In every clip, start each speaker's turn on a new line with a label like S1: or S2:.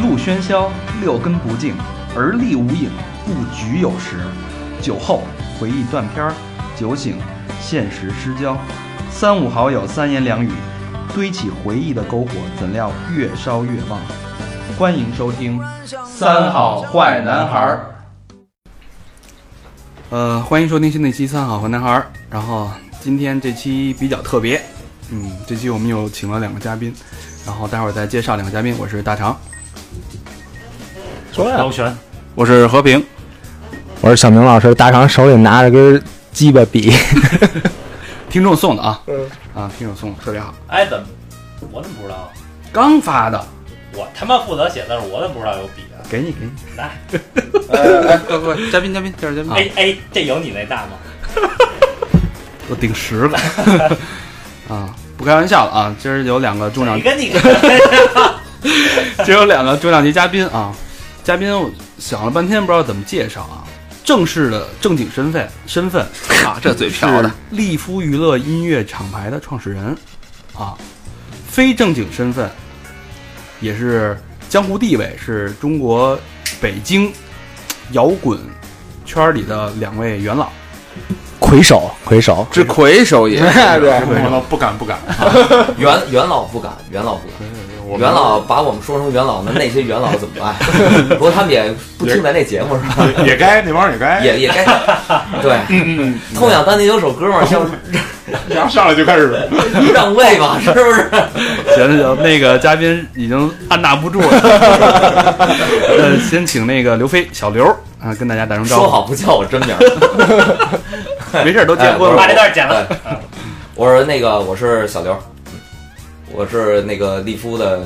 S1: 路喧嚣，六根不净，而立无影，不局有时。酒后回忆断片儿，酒醒现实失焦。三五好友三言两语，堆起回忆的篝火，怎料越烧越旺。欢迎收听《三好坏男孩儿》。
S2: 呃，欢迎收听新的一期《三好坏男孩》。儿》。然后今天这期比较特别，嗯，这期我们又请了两个嘉宾，然后待会儿再介绍两个嘉宾。我是大肠，
S3: 啊
S4: 高璇，
S2: 我是和平。
S5: 我是小明老师，大肠手里拿着根鸡巴笔，
S2: 听众送的啊，啊，听众送的特别好，
S4: 哎，怎么我怎么不知道啊？
S2: 刚发的，
S4: 我他妈负责写字儿，我怎么不知道有笔啊？
S2: 给你给你，
S4: 来，
S2: 来，各位嘉宾嘉宾，介绍嘉宾，
S4: 哎哎，这有你那大吗？
S2: 我顶十个，啊，不开玩笑了啊，今儿有两个重
S3: 嗯
S2: 量
S4: 你跟你
S2: 只有两个重量级嘉宾啊，嘉宾我想了半天不知道怎么介绍啊。正式的正经身份身份啊，这嘴瓢的，利夫娱乐音乐厂牌的创始人啊，非正经身份也是江湖地位，是中国北京摇滚圈里的两位元老。
S5: 魁首，魁 首，
S3: 是魁首爷，
S5: 对，
S2: 不敢不敢，
S6: 元元老不敢，元老不敢。元老把我们说成元老，那那些元老怎么 办？不过他们也不听咱这节目是吧？
S7: 也该那帮人也该，嗯
S6: 也也该 对。痛痒丹尼有首歌嘛，叫
S7: 然后上来就开始
S6: 让位吧，是不是？
S2: 行行行，那个嘉宾已经按捺不住了。呃，先请那个刘飞小刘啊，跟大家打声
S6: 说
S2: 招
S6: 好不叫我真名儿。
S2: 呼。没事儿，都结
S3: 哎
S2: 婚
S4: 把这
S2: 了。
S4: 段剪了，
S6: 我说那个我是小刘，我是那个利夫的，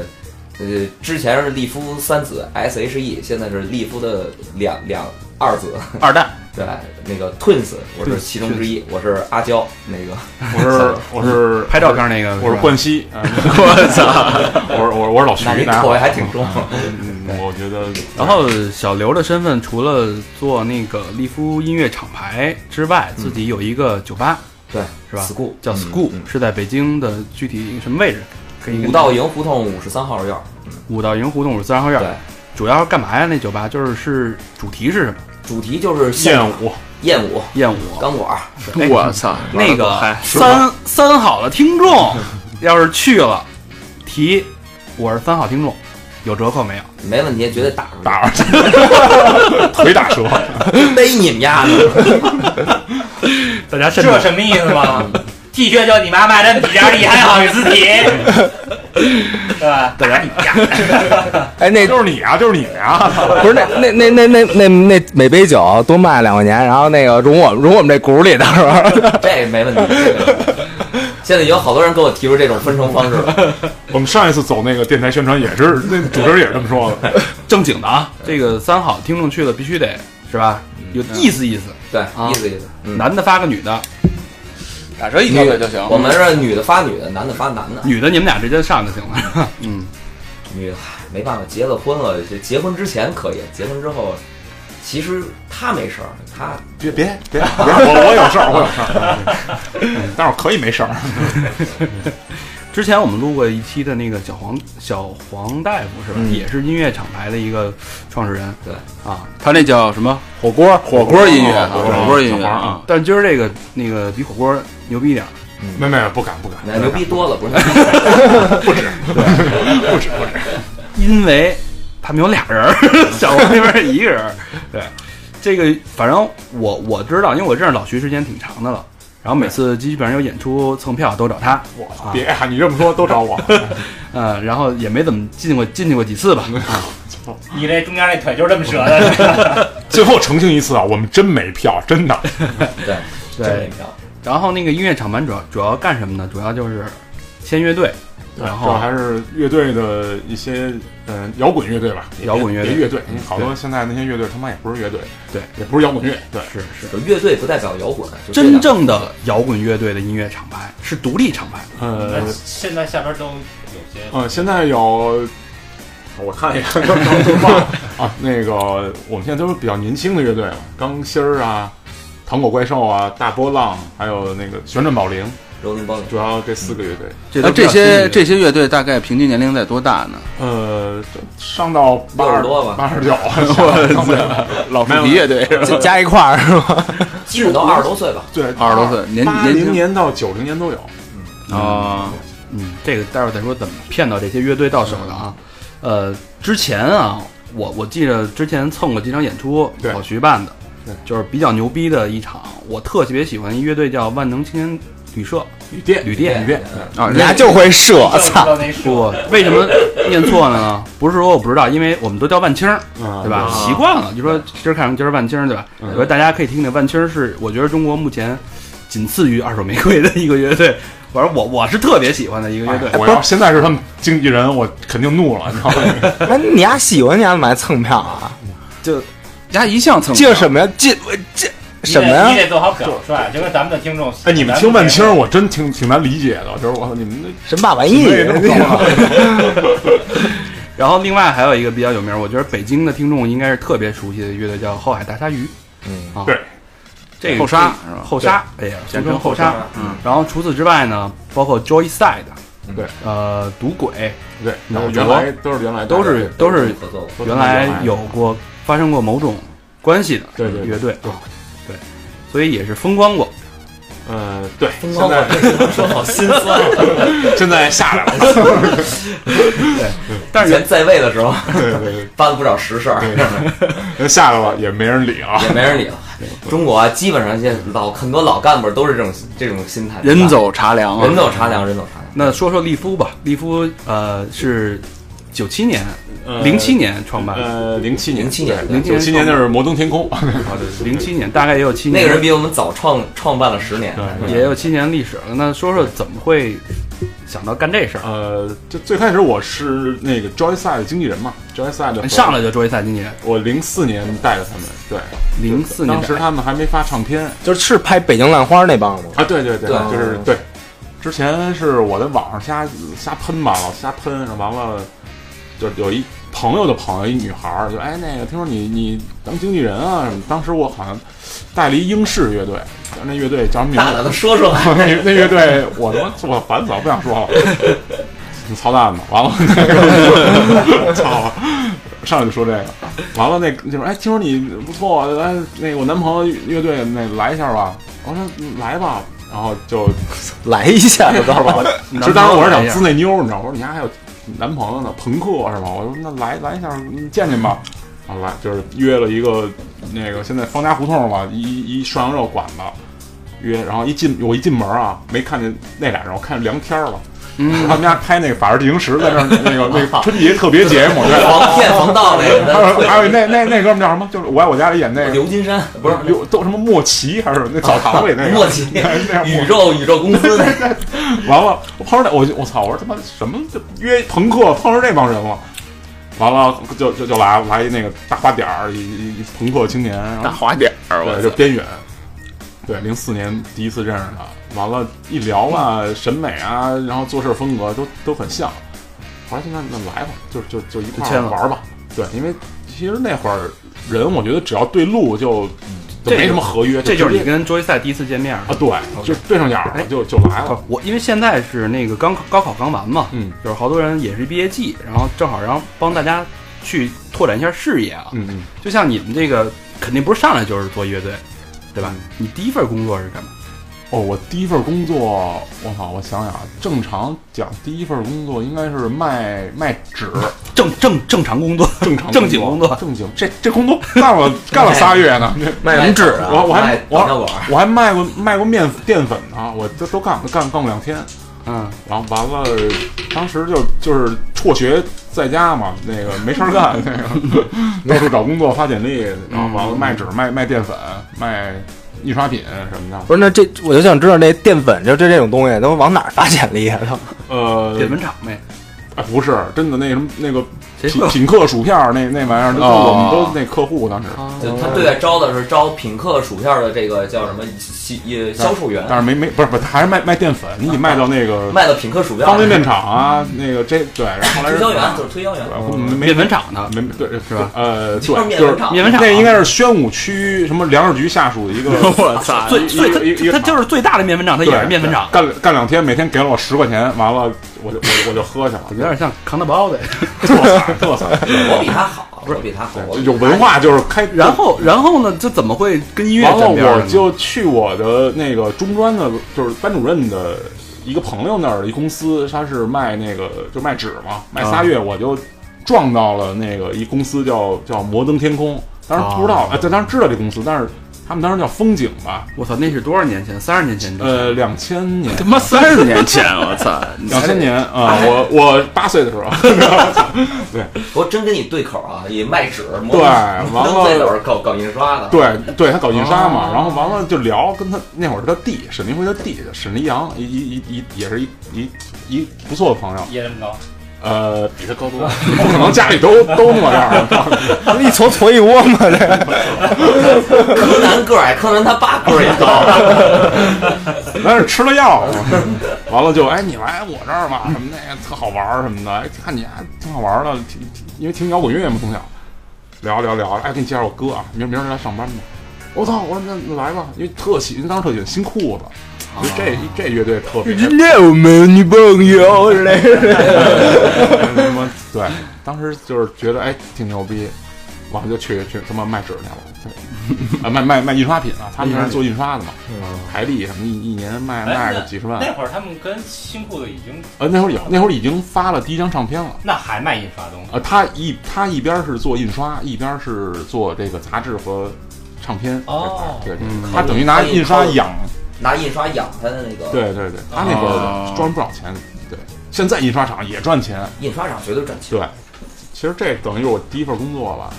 S6: 呃，之前是利夫三子 S H E，现在是利夫的两两二子，
S2: 二蛋，
S6: 对，那个 Twins，我是其中之一，我是阿娇，那个
S7: 我是 我是
S2: 拍照，片那个，
S7: 我是冠
S2: 冠，
S7: 希，啊我操，我是我是我是老徐
S6: 那你，
S7: 大家啊
S6: 口
S7: 好
S6: 味还挺重。
S7: 嗯我觉得
S2: 然后小刘的身份除了做那个利夫音乐厂牌之外，自己有一个酒吧
S7: 嗯
S6: 对，
S2: 是吧
S6: s c o o l
S2: 叫 School，
S6: 嗯
S2: 是在北京的具体什么位置？可以跟
S6: 五道营胡同五十三号院。
S2: 五道营胡同五十三号院。
S6: 对，
S2: 主要是干嘛呀？那酒吧就是是主题是什么？
S6: 主题就是现
S7: 燕舞，
S6: 艳舞、
S2: 燕舞。
S6: 钢管儿。
S3: 我操，
S2: 那个三三好的听众， 要是去了，提我是三好听众，有折扣没有？
S6: 没问题，绝对打出去，
S7: 打 腿打折，
S6: 逮你们丫的！
S2: 大家慎重
S4: 这。什么意思吗？T 恤就你妈卖这么几件 儿，你还好意思提？对吧？
S2: 大家
S5: 哎，那
S7: 就是你啊，就是你啊，
S5: 不是那那那那那那那每杯酒多卖两块钱，然后那个融我融我们这股里，到时候
S6: 这没问题。这个现在有好多人给我提出这种分成方式了，
S7: 我们上一次走那个电台宣传也是，那主持人也这么说的，
S2: 正经的啊，这个三好听众去了必须得是吧？
S3: 嗯
S2: 有意思意思，
S6: 对，
S7: 啊
S6: 意思意思。嗯，
S2: 男的发个女的，
S3: 打折一条腿就行。
S6: 我们是女的发女的，男的发男的。
S2: 女的你们俩直接上就行了。 嗯，
S6: 女的唉没办法，结了婚了，这结婚之前可以，结婚之后，其实她没事儿，她
S7: 别别别，我我有事儿，我有事儿，嗯但是我可以没事儿，
S2: 之前我们录过一期的那个小黄小黄大夫是吧？
S3: 嗯
S2: 也是音乐厂牌的一个创始人。
S6: 对
S2: 啊，
S3: 他那叫什么
S5: 火锅
S3: 火锅音乐啊？
S7: 火锅
S3: 火锅音乐
S7: 小黄啊，
S2: 但是今儿这个那个比火锅牛逼点儿，
S7: 没没不敢不敢，
S6: 牛逼多了，不是？
S2: 因为他们有俩人儿，小王那边儿一个人儿。对，这个反正我我知道，因为我认识老徐时间挺长的了。然后每次基本上有演出蹭票都找他，
S7: 我操别啊，你这么说都找我，
S2: 嗯，然后也没怎么进过进去过几次吧。啊，
S4: 你这中间那腿就这么折的，
S7: 最后澄清一次啊，我们真没票，真的，
S6: 对，真没
S2: 对。
S6: 票。
S2: 然后那个音乐厂盘主要主要干什么呢？主要就是签乐队，然
S7: 主
S2: 后
S7: 要还是乐队的一些嗯摇滚乐队吧，也别
S2: 摇滚乐队嗯
S7: 别乐队，因为好多现在那些乐队他妈也不是乐队，
S2: 对，
S7: 也不是摇滚乐，对，
S2: 是是
S6: 就乐队不代表摇滚，就这
S2: 真
S6: 两
S2: 正的摇滚乐队的音乐厂牌是独立厂牌，
S7: 呃
S4: 现在下边都有些
S7: 呃，现在有。我 看一眼，刚刚都忘了啊。那个，我们现在都是比较年轻的乐队了，钢芯儿啊，糖果怪兽啊，大波浪，还有那个旋转宝铃，
S6: Rolling Bone
S7: 主要这四个乐队，
S2: 这
S3: 那
S2: 都比
S3: 这
S2: 较新
S3: 些
S2: 颖
S3: 这些乐队大概平均年龄在多大呢？
S7: 呃，上到八
S6: 六十多吧
S7: 八十九， 我老
S3: 主题乐队是吧？
S5: 加加一块儿是吧？
S6: 基本都二十多岁吧。
S7: 对，
S3: 二十多岁年
S7: 八
S3: 年轻
S7: 零年到九零年都有。
S3: 啊，
S2: 嗯，这个待会儿再说怎么骗到这些乐队到手的啊。
S7: 嗯
S2: 呃，之前啊，我我记得之前蹭过几场演出，
S7: 对
S2: 老徐办的
S7: 对，
S2: 就是比较牛逼的一场。我特别喜欢一乐队叫万能青年旅社
S7: 旅店，
S2: 旅店，
S7: 旅店，
S6: 嗯
S3: 啊，
S5: 你俩就会射，
S4: 就知
S5: 操！
S4: 道那
S2: 不
S4: 数，
S2: 为什么念错了呢？不是说我不知道，因为我们都叫万青儿，
S7: 嗯
S2: 对吧？习惯了，就说今儿看今儿万青儿，对吧？
S7: 嗯
S2: 我说大家可以听听万青儿是，我觉得中国目前仅次于二手玫瑰的一个乐队。反正我我是特别喜欢的一个乐队。
S7: 我要现在是他们经纪人，我肯定怒了，你知道吗？
S5: 那你丫喜欢你丫买蹭票啊？
S3: 家一向蹭
S5: 借什么呀？借我借
S4: 你
S5: 什么
S4: 得你
S5: 呀？
S4: 得做好表率，啊就跟咱们的听众。
S7: 哎，你们听万青，我真挺挺难理解的，就是我操，你们那
S5: 什么大玩意
S7: 什么也弄不懂啊？
S2: 然后另外还有一个比较有名儿，我觉得北京的听众应该是特别熟悉的乐队叫后海大鲨鱼。
S5: 嗯
S2: 啊，
S7: 对，
S2: 这个
S3: 后沙是吧？
S2: 后沙，哎呀，简称后
S6: 沙
S2: 沙。嗯，然后除此之外呢，包括 Joyside，
S7: 对，
S2: 呃，赌鬼，
S7: 对，
S2: 那我觉
S7: 原
S2: 得
S7: 来都是原来
S2: 都是都是
S6: 合作过，
S7: 都是
S2: 原来有过发生过某种关系的
S7: 对对哦对
S2: 乐队啊，对，所以也是风光过。
S7: 呃对，
S6: 风
S7: 现
S6: 光
S7: 在
S6: 过， 说好心酸。
S7: 现在下来了，
S2: 但
S6: 以
S2: 是
S6: 前在位的时候
S7: 对对
S6: 办了不少实事儿，
S7: 对，下来了也没人理啊。
S6: 也没人理了。中国啊，基本上现在老很多老干部都是这种这种心态，
S3: 人走茶凉啊
S6: 人，走茶凉，人走茶凉。
S2: 那说说利夫吧，利夫呃是九七年、
S7: 呃
S2: 零七年创办的，
S7: 呃，零七年，
S6: 07年
S2: 零七
S7: 九七年就是摩登天空，
S2: 零七年大概也有七年。
S6: 那个人比我们早创创办了十年，
S2: 也有七年历史了。那说说怎么会想到干这事儿？
S7: 呃，就最开始我是那个 Joyside 的经纪人嘛，Joyside 的
S2: 上来就追赛经纪人，
S7: 我零四年带的他们，对，
S2: 零四年
S7: 当时他们还没发唱片
S5: 就是是拍《北京烂花》那帮吗？
S7: 啊，对对对，
S6: 对
S7: 就是对。之前是我在网上瞎瞎喷嘛，老瞎喷，然后完了，就有一朋友的朋友，一女孩儿，就哎那个听说你你当经纪人啊什么，当时我好像带了一英式乐队，那乐队叫什么名
S6: 大
S7: 字
S6: 胆？的说说吧，
S7: 那那乐队，我他妈我烦死了，不想说了。操蛋吧，完了，那个操，上来就说这个，完了那个就说，哎，听说你不错，哎，那个我男朋友乐队那来一下吧，我说嗯来吧，然后就
S5: 来一 下子，
S7: 道吧？其实
S2: 男朋
S7: 当时
S2: 友
S7: 我是
S2: 来
S7: 想
S2: 一下
S7: 滋那妞儿，你知道吗，我说你家还有男朋友呢，朋克是吧？我说那来来一下，你见见吧。然后来就是约了一个那个现在方家胡同嘛，一一涮羊肉馆子约，然后一进我一进门啊，没看见那俩人，我看见梁天儿了。
S6: 嗯
S7: 他们家拍那个《法制进行时》在那儿那 个那个春节特别节目，对。
S6: 防骗防盗 那
S7: 还有
S6: 个
S7: 还有那那那哥们叫什么？就是我爱我家里演那
S6: 人，
S7: 个，
S6: 刘金山不是
S7: 有都什么莫奇还是那澡堂里 那个
S6: 默契
S7: 那样莫
S6: 宇宙宇宙公司那
S7: 完了，我碰上那我就我操，我说他妈什么这约朋克碰上这帮人了，完了就就就来来一那个大花点儿一一一朋克青年，然
S3: 大
S7: 后
S3: 花点儿，我
S7: 对就边缘，对，零四年第一次认识他，完了，一聊吧，审美啊，然后做事风格都都很像，后来就那那来吧，就就就一块
S2: 签
S7: 儿
S2: 了
S7: 玩儿吧，对，因为其实那会儿人我觉得只要对路就就
S2: 这
S7: 没
S2: 就
S7: 什么合约，
S2: 这就
S7: 就
S2: 是
S7: 直
S2: 你
S7: 接
S2: 跟 Joyside 第一次见面。哦
S7: 啊，对，就对上眼儿了，就就来了。
S2: 我因为现在是那个刚高考刚完嘛，
S7: 嗯，
S2: 就是好多人也是毕业季，然后正好然后帮大家去拓展一下视野啊。
S7: 嗯嗯，
S2: 就像你们这个肯定不是上来就是做乐队，对
S7: 嗯
S2: 吧？你第一份工作是干嘛？
S7: 哦，我第一份工作，我操，我想想啊，正常讲，第一份工作应该是卖卖纸，
S2: 正正正常工作，
S7: 正常
S2: 正经工作
S7: 正经。这这工作干了干了仨月呢，这
S5: 卖什么纸啊？
S7: 我我还
S6: 卖
S7: 我
S6: 糖尿
S7: 还
S6: 管
S7: 我还卖过卖过面淀粉呢，我这都干干干过两天，
S2: 嗯，
S7: 然后完了，当时就就是辍学在家嘛，那个没事儿干，那个到处找工作发简历，然后完了卖纸卖卖淀粉卖印刷品什么的，
S5: 不是，那这我就想知道，那淀粉就这这种东西都往哪儿发简历啊？
S7: 呃，
S2: 电粉厂呗。
S7: 哎，不是，真的那什么那个
S2: 谁
S7: 品
S2: 会
S7: 品客薯片儿那那玩意儿，都
S3: 哦
S7: 我们都那客户当时，
S2: 哦
S6: 就他对外招的是招品客薯片的这个叫什么销呃销售员，
S7: 但是没没不是不是，还是卖卖淀粉，你得卖到那
S2: 哦
S7: 个
S6: 卖到品客薯片
S7: 方便面厂啊，那个这对，然后后来
S6: 推销员就是推销员，
S7: 对没没
S2: 面粉厂的
S7: 没对是吧？呃，
S6: 就是
S7: 对，
S6: 面
S7: 就是
S6: 粉厂
S2: 面粉厂，啊
S7: 那应该是宣武区什么粮食局下属 的一个，
S3: 我
S7: 啊
S3: 操
S2: 啊最最
S7: 一个一
S2: 他
S7: 个
S2: 他就是最大的面粉厂，他
S7: 对
S2: 也是面粉厂，
S7: 干干两天，每天给了我十块钱，完了我就我就我就喝去了，
S2: 有点像扛大包的。
S7: 特惨特惨，
S6: 我比他好，我比他好，我
S7: 对有文化就是开，
S2: 然后然后呢，这怎么会跟音乐
S7: 完了
S2: 沾边儿
S7: 我
S2: 呢？
S7: 就去我的那个中专的，就是班主任的一个朋友那儿的一公司，他是卖那个就卖纸嘛，卖仨
S2: 啊
S7: 月，我就撞到了那个一公司叫叫摩登天空，当时不知
S2: 啊
S7: 道，呃，当时知道这公司，但是他们当时叫风景吧，
S2: 我操，那是多少年前？三十年前的事儿
S7: 呃，两千年
S3: 他。妈三十年前，我操，你才
S7: 两千年
S2: 哎
S7: 啊、我我八岁的时候，
S6: 我真跟你对口啊，也卖纸，
S7: 对，完
S6: 能在
S7: 了
S6: 那，儿搞搞印刷的，
S7: 对对，他搞印刷
S2: 哦
S7: 嘛，然后完了就聊，跟他那会儿是他弟，沈立辉他弟，沈立阳，一一一一也是一一一不错的朋友，
S4: 也这么高，
S7: 呃，比他高多，了，不可能家里都都那样 儿。
S5: 一撮撮一窝嘛，这个
S6: 柯南个儿矮，柯南他爸个儿也高，
S7: 但是吃了药，完了就哎，你来我这儿吧，什么那个特好玩儿什么的，哎，看你还挺好玩儿的，挺挺因为听摇滚乐嘛，从小聊聊聊，哎，给你介绍我哥啊，明儿明儿来上班吧。我操！我说那那来吧，因为特喜，因为当时特喜欢新裤子，就这一这乐队特别。
S5: 那我们女朋友之类的。
S7: 什么对，当时就是觉得哎挺牛逼，完了就去去他妈卖纸 去了，啊卖卖卖印刷品嗯啊，他们那是做印刷的嘛，台历什么一一年卖卖个几十万，
S4: 那会儿他们跟新裤子已经，
S7: 呃那会儿有那会儿已经发了第一张唱片了。
S4: 那还卖印刷东西，
S7: 呃，他一他一边是做印刷，一边是做这个杂志和唱片这块儿。
S4: 哦
S7: 对对，
S6: 可
S7: 他
S6: 以
S7: 等于拿印刷养，
S6: 拿印刷养他的那个，，
S7: 对对对，他那会
S3: 哦
S7: 儿赚不少钱。对，现在印刷厂也赚钱。
S6: 印刷厂绝对赚钱。
S7: 对，其实这等于是我第一份工作吧。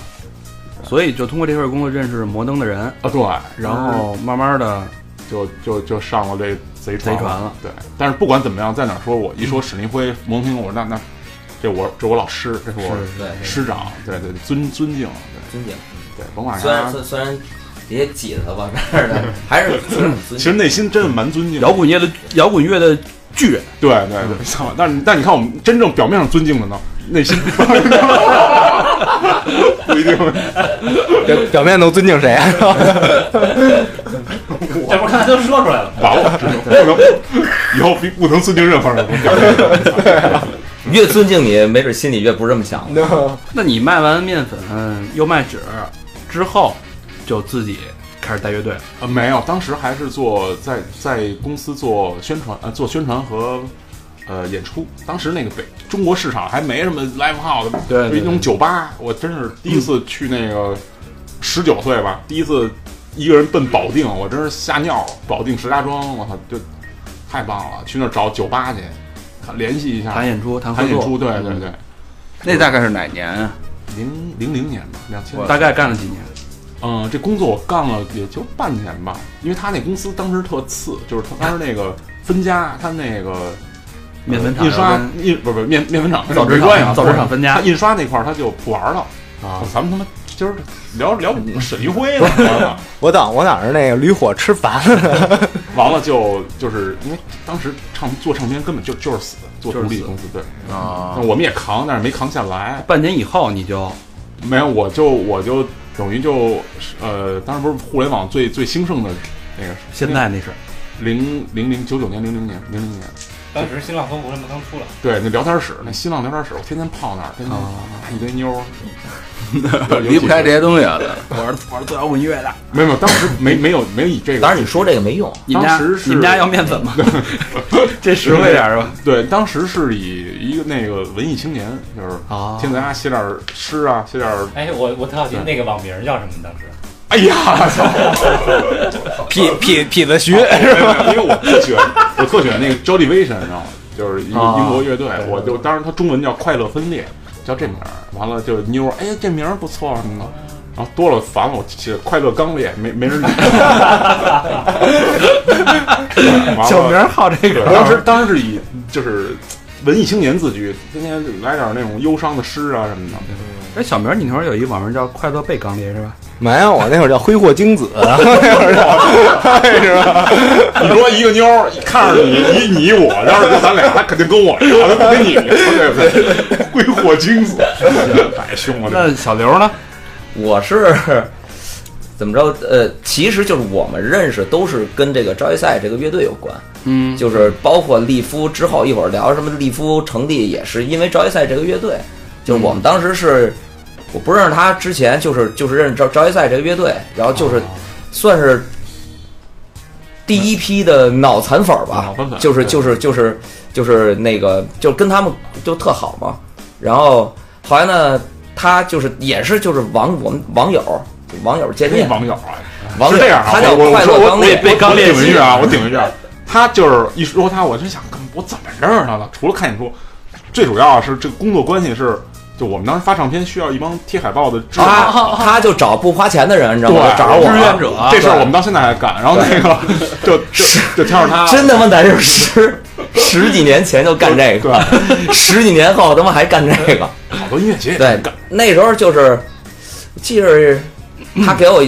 S2: 所以就通过这份工作认识摩登的人，
S7: 啊，对，
S2: 然后慢慢的，
S7: 就就就上了这贼船
S2: 哦贼船了。
S7: 对，但是不管怎么样，在哪儿说我一说史林辉、蒙平，我说那那这我这我老师，这是我
S6: 对，
S7: 师长，对对对，尊尊敬，
S6: 尊敬。
S7: 对对，甭管
S6: 虽然
S7: 啥，
S6: 虽虽然别挤他吧，但是呢还 是很尊
S7: 其
S6: 敬。
S7: 实内心真的蛮尊敬的。
S2: 摇滚乐的摇滚乐的巨人，
S7: 对对对，操但是但你看我们真正表面上尊敬的呢，内心 不一定。
S5: 表表面都尊敬谁啊？
S4: 这不是刚才都说出来了吗？
S7: 把我知道不能，以后不不能尊敬任何人。表面上
S6: 越尊敬你，没准心里越不是这么想。
S2: 那你卖完面粉嗯又卖纸之后，就自己开始带乐队了，
S7: 呃，没有，当时还是做在在公司做宣传，呃，做宣传和呃演出。当时那个北中国市场还没什么 live house，
S2: 对对
S7: 就一种酒吧。我真是第一次去那个十九岁吧，第一次一个人奔保定，我真是吓尿了。保定石家庄，我操，就太棒了！去那儿找酒吧去，看联系一下
S2: 谈演出，谈合
S7: 啊谈演出，
S2: 作，嗯
S7: 对对对，
S3: 那大概是哪年啊？
S7: 零零零年吧，两千
S2: 大概干了几年？
S7: 嗯，这工作我干了也就半年吧，因为他那公司当时特次，就是他当时那个分家，他那个呃
S2: 面粉厂
S7: 印刷
S2: 要跟
S7: 印不是不是面面粉厂
S2: 造纸
S7: 没关系啊
S2: 厂造纸厂分家
S7: 他印刷那块儿他就不玩了啊，咱们他妈今儿聊聊沈一辉了，完了
S5: 我等我等着那个驴火吃饭。
S7: 完了就就是因为当时唱做唱片根本就就是死，做
S2: 就是
S7: 独立
S2: 死
S7: 公司对，
S3: 啊
S7: 那，我们也扛，但是没扛下来，
S2: 半年以后你就
S7: 没有，我就我就等于就呃，当时不是互联网最最兴盛的那个时候
S2: 现在那是
S7: 零零零九九年零零年零零年，
S4: 当时新浪风不是刚出来，
S7: 对，那聊天室，那新浪聊天室，我天天泡那儿，天天看一堆妞儿，
S3: 离不开这些东西啊。
S2: 我是我是做摇滚乐的，
S7: 没有，没有，当时没没有没有以这个，
S6: 当然你说这个没用，
S2: 你们家
S7: 当时是
S2: 你们家要面粉 吗？这实啊
S7: 惠点
S2: 是吧？
S7: 对，当时是以一个那个文艺青年，就是
S2: 啊
S7: 天天在家写点儿诗啊，写点儿，
S4: 哎，我我特好奇那个网名儿叫什么？当时
S7: 哎 呀，操！
S5: 痞痞痞子 徐，
S7: 因为我特喜欢，我特喜欢那个 Jolly Vision，你知道吗？就是一个
S2: 啊
S7: 英国乐队，我就当时它中文叫快乐分裂，叫这名儿。完了就妞儿，哎呀，这名儿不错什么的。然后多了烦了，我起快乐刚烈，没没人理。完了
S5: 小明好这
S7: 对
S5: 个，
S7: 当时当时是以就是文艺青年自居，天天来点那种忧伤的诗啊什么的。
S2: 哎，小明，你那会儿有一网名叫“快乐被刚烈”是吧？
S5: 没有，啊我那会儿叫挥霍精子， 那会儿叫是吧？
S7: 你说一个妞儿看着你，你你我，要是咱俩，他肯定跟我聊，他不跟你聊，对不对？挥霍精子， 哎太凶了！
S2: 那小刘呢？
S6: 我是怎么着？呃，其实就是我们认识都是跟这个招一赛这个乐队有关，
S2: 嗯，
S6: 就是包括利夫之后一会儿聊什么利夫成立也是因为招一赛这个乐队，就是
S7: 嗯
S6: 我们当时是我不认识他之前就是就是认识招招一赛这个乐队，然后
S7: 哦
S6: 就是算是第一批的脑残粉儿吧
S7: 脑残粉，
S6: 就是就是就是就是那个就跟他们就特好嘛，然后后来呢，他就是也是就是网我们网友网友见
S7: 那
S6: 面，
S7: 网友啊，
S6: 网
S7: 是
S6: 友
S7: 这样啊，
S6: 他叫
S7: 我我
S6: 快
S7: 我
S6: 乐
S7: 我
S6: 刚
S7: 我
S6: 烈，
S7: 被
S2: 刚烈
S7: 顶一句啊，我顶一句啊。他就是一说他，我就想，我怎么认识他的？除了看演出，最主要是这个工作关系是，就我们当时发唱片需要一帮贴海报的志愿者。
S6: 他他就找不花钱的人，你知道吗？
S7: 哦
S6: 就啊
S7: 对，
S6: 找我啊
S7: 志愿
S2: 者
S7: 这事儿我们到现在还干。然后那个就就就挑着他，
S6: 真他妈咱是十十几年前就干这个，
S7: 对，
S6: 十几年后他妈还干这个。
S7: 好多音乐节也
S6: 对
S7: 干。，
S6: 那时候就是记着他给我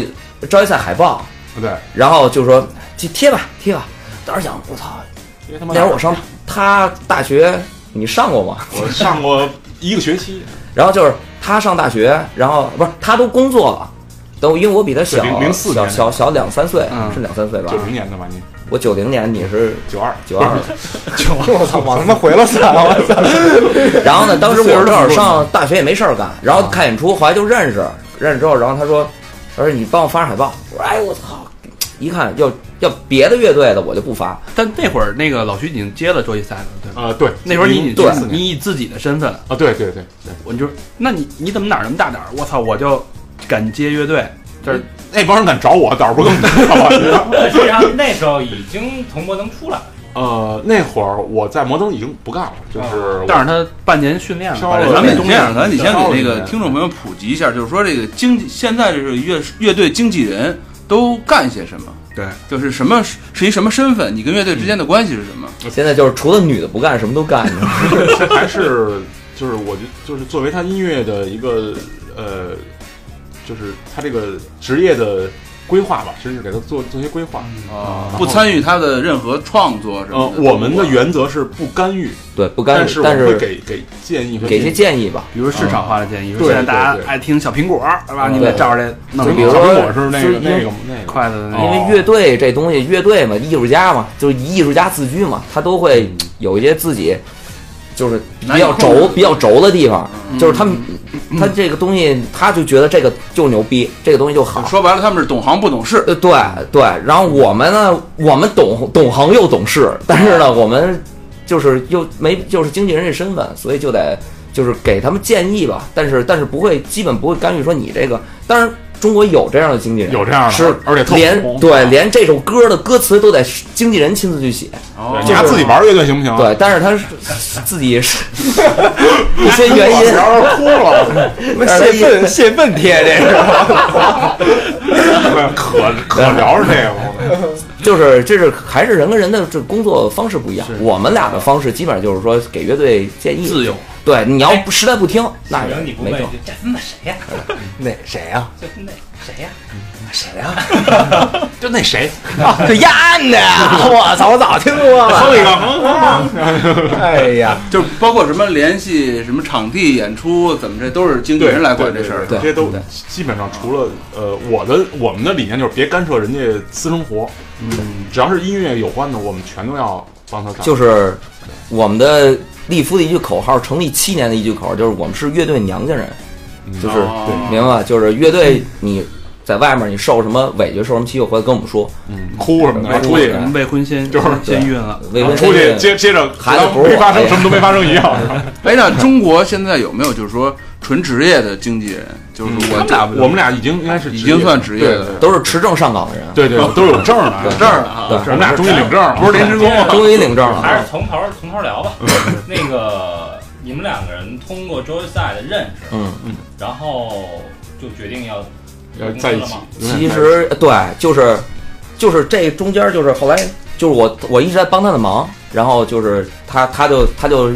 S6: 招一赛海报，
S7: 对，
S6: 然后就说去贴吧贴吧。当时想，我操，
S7: 因为他妈
S6: 那会儿我上他大学，你上过吗？
S7: 我上过一个学期，
S6: 然后就是他上大学，然后不是他都工作了，都因为我比他小
S7: 对零
S6: 小
S7: 04年
S6: 小小两三岁，
S2: 嗯
S6: 是两三岁吧
S7: 九？零年的吧，你
S6: 我九零年，你是
S7: 九二，
S6: 九 二。
S5: 我操，往他妈回了算了，我操！
S6: 然后呢，当时我正好上大学也没事儿干，然后
S7: 啊
S6: 看演出，后来就认识，认识之后，然后他说，他说你帮我发海报，我说哎我操，一看要要别的乐队的我就不发，
S2: 但那会儿那个老徐已经接了周一赛了，呃对吧？
S7: 啊，对，
S2: 那会儿你
S7: 对
S2: 你你以自己的身份，
S7: 啊，对对对对，
S2: 我就那你你怎么哪儿那么大胆儿？我操，我就敢接乐队，这是
S7: 那帮人敢找我，胆儿不更 大 吗？
S4: 实际上那时候已经从摩登出来了，
S7: 呃，那会儿我在摩登已经不干了，就是
S2: 但是他半年训练了，
S7: 稍
S2: 把
S7: 微
S2: 这
S3: 咱
S2: 东
S3: 们
S2: 西
S3: 这样，咱得先
S7: 稍
S3: 给
S7: 微
S3: 那个
S7: 点
S3: 听众朋友普及一下，就是说这个经纪现在这个乐乐队经纪人都干些什么？
S2: 对，
S3: 就是什么是一什么身份？你跟乐队之间的关系是什么？
S7: 嗯
S6: 现在就是除了女的不干，什么都干，你知道 吗？
S7: 是 还是就是我觉就是作为他音乐的一个呃，就是他这个职业的规划吧，甚至给他做做一些规划。
S3: 啊
S7: 然后
S3: 不参与他的任何创作什
S7: 呃，
S3: 么的。
S7: 我们的原则是不干预，
S6: 对，不干
S7: 但
S6: 预，
S7: 我
S6: 但
S7: 们会
S6: 是
S7: 给给建议和
S6: 给些
S7: 建
S6: 建
S7: 议
S6: 议吧，
S2: 比如市场化的建议，说
S7: 对
S2: 现在大
S7: 对
S2: 家
S7: 对
S2: 爱听小苹果，是吧？
S6: 嗯
S2: 你得照着这弄
S7: 就
S2: 一
S7: 是
S6: 比如
S2: 个
S6: 说
S7: 小苹果是那
S6: 是
S7: 个
S6: 因
S7: 那
S6: 为
S7: 个那个，
S2: 筷子
S3: 哦
S2: 的那
S6: 因
S2: 个。
S6: 为乐队这东西，乐队嘛，艺术家嘛，就是艺术家自居嘛，他都
S3: 嗯
S6: 会有一些自己就是比较轴、比较轴的地方，
S3: 嗯
S6: 就是他们他这个东西，他就觉得这个就牛逼，这个东西就好。
S3: 说白了，他们是懂行不懂事。
S6: 呃，对对，然后我们呢，我们懂懂行又懂事，但是
S3: 哦
S6: 呢，我们就是又没就是经纪人这身份，所以就得就是给他们建议吧，但是但是不会基本不会干预说你这个，当然中国有这样的经纪人，
S7: 有这样的
S6: 是
S7: 而且特
S6: 连
S7: 红啊
S6: 对连这首歌的歌词都得经纪人亲自去写，
S3: 哦
S7: 你还自己玩乐队行不啊行？
S6: 对，但是他是自己是 一 些原 因，
S7: 聊着哭了，
S6: 但
S5: 泄
S6: 是
S5: 愤泄愤贴这是。
S7: 可可聊着这个了。
S6: 就是这是还是人跟人的这工作方式不一样，我们俩的方式基本上就是说给乐队建议
S2: 自由，
S6: 对，你
S7: 哎
S6: 要不实在不听，那
S4: 可能你
S6: 也
S4: 不
S6: 没
S4: 问
S6: 辙。
S4: 就这他妈谁呀？
S5: 那谁呀？
S4: 这那谁呀？
S7: 就那谁，
S5: 这丫的呀！ 我操，我早听过了。
S7: 哼一个，哼哼 哼
S5: 哎呀，
S3: 就是包括什么联系、什么场地、演出，怎么这都是经纪人来管这事儿。
S7: 对这些都基本上除了呃，我的我们的理念就是别干涉人家私生活，嗯，只要是音乐有关的，我们全都要帮他干。
S6: 就是我们的利夫的一句口号，成立七年的一句口号，就是我们是乐队娘家人，
S7: 嗯
S6: 就是
S3: 哦
S6: 明白吧？就是乐队你在外面你受什么委屈，受什么欺负，回来跟我们说。
S7: 嗯，哭什么的，出去
S2: 我们未婚先
S7: 就是
S2: 先孕了，
S6: 未婚
S7: 啊出去
S6: 先孕，
S7: 接接着，
S6: 孩子不是我
S7: 没发生，
S6: 的
S7: 什么都没发生一样。是吧
S3: 哎，那中国现在有没有就是说纯职业的经纪人？就是我
S7: 我们俩嗯我们俩已经应该是
S3: 已经算职业了
S7: 了，
S6: 都是持证上岗的人，
S7: 对对对，都有证儿的，有
S3: 这儿了啊，
S7: 我们俩终于领证了，不是临时工
S6: 终于领证
S4: 还
S6: 了
S4: 是。从头儿从头儿聊吧。
S6: 嗯
S4: 那个你们两个人通过周赛的认识，
S6: 嗯，
S4: 然后就决定要
S7: 要在一起。
S2: 嗯
S7: 嗯
S6: 其实嗯对，就是就是这中间就是后来就是我我一直在帮他的忙，然后就是他他就他就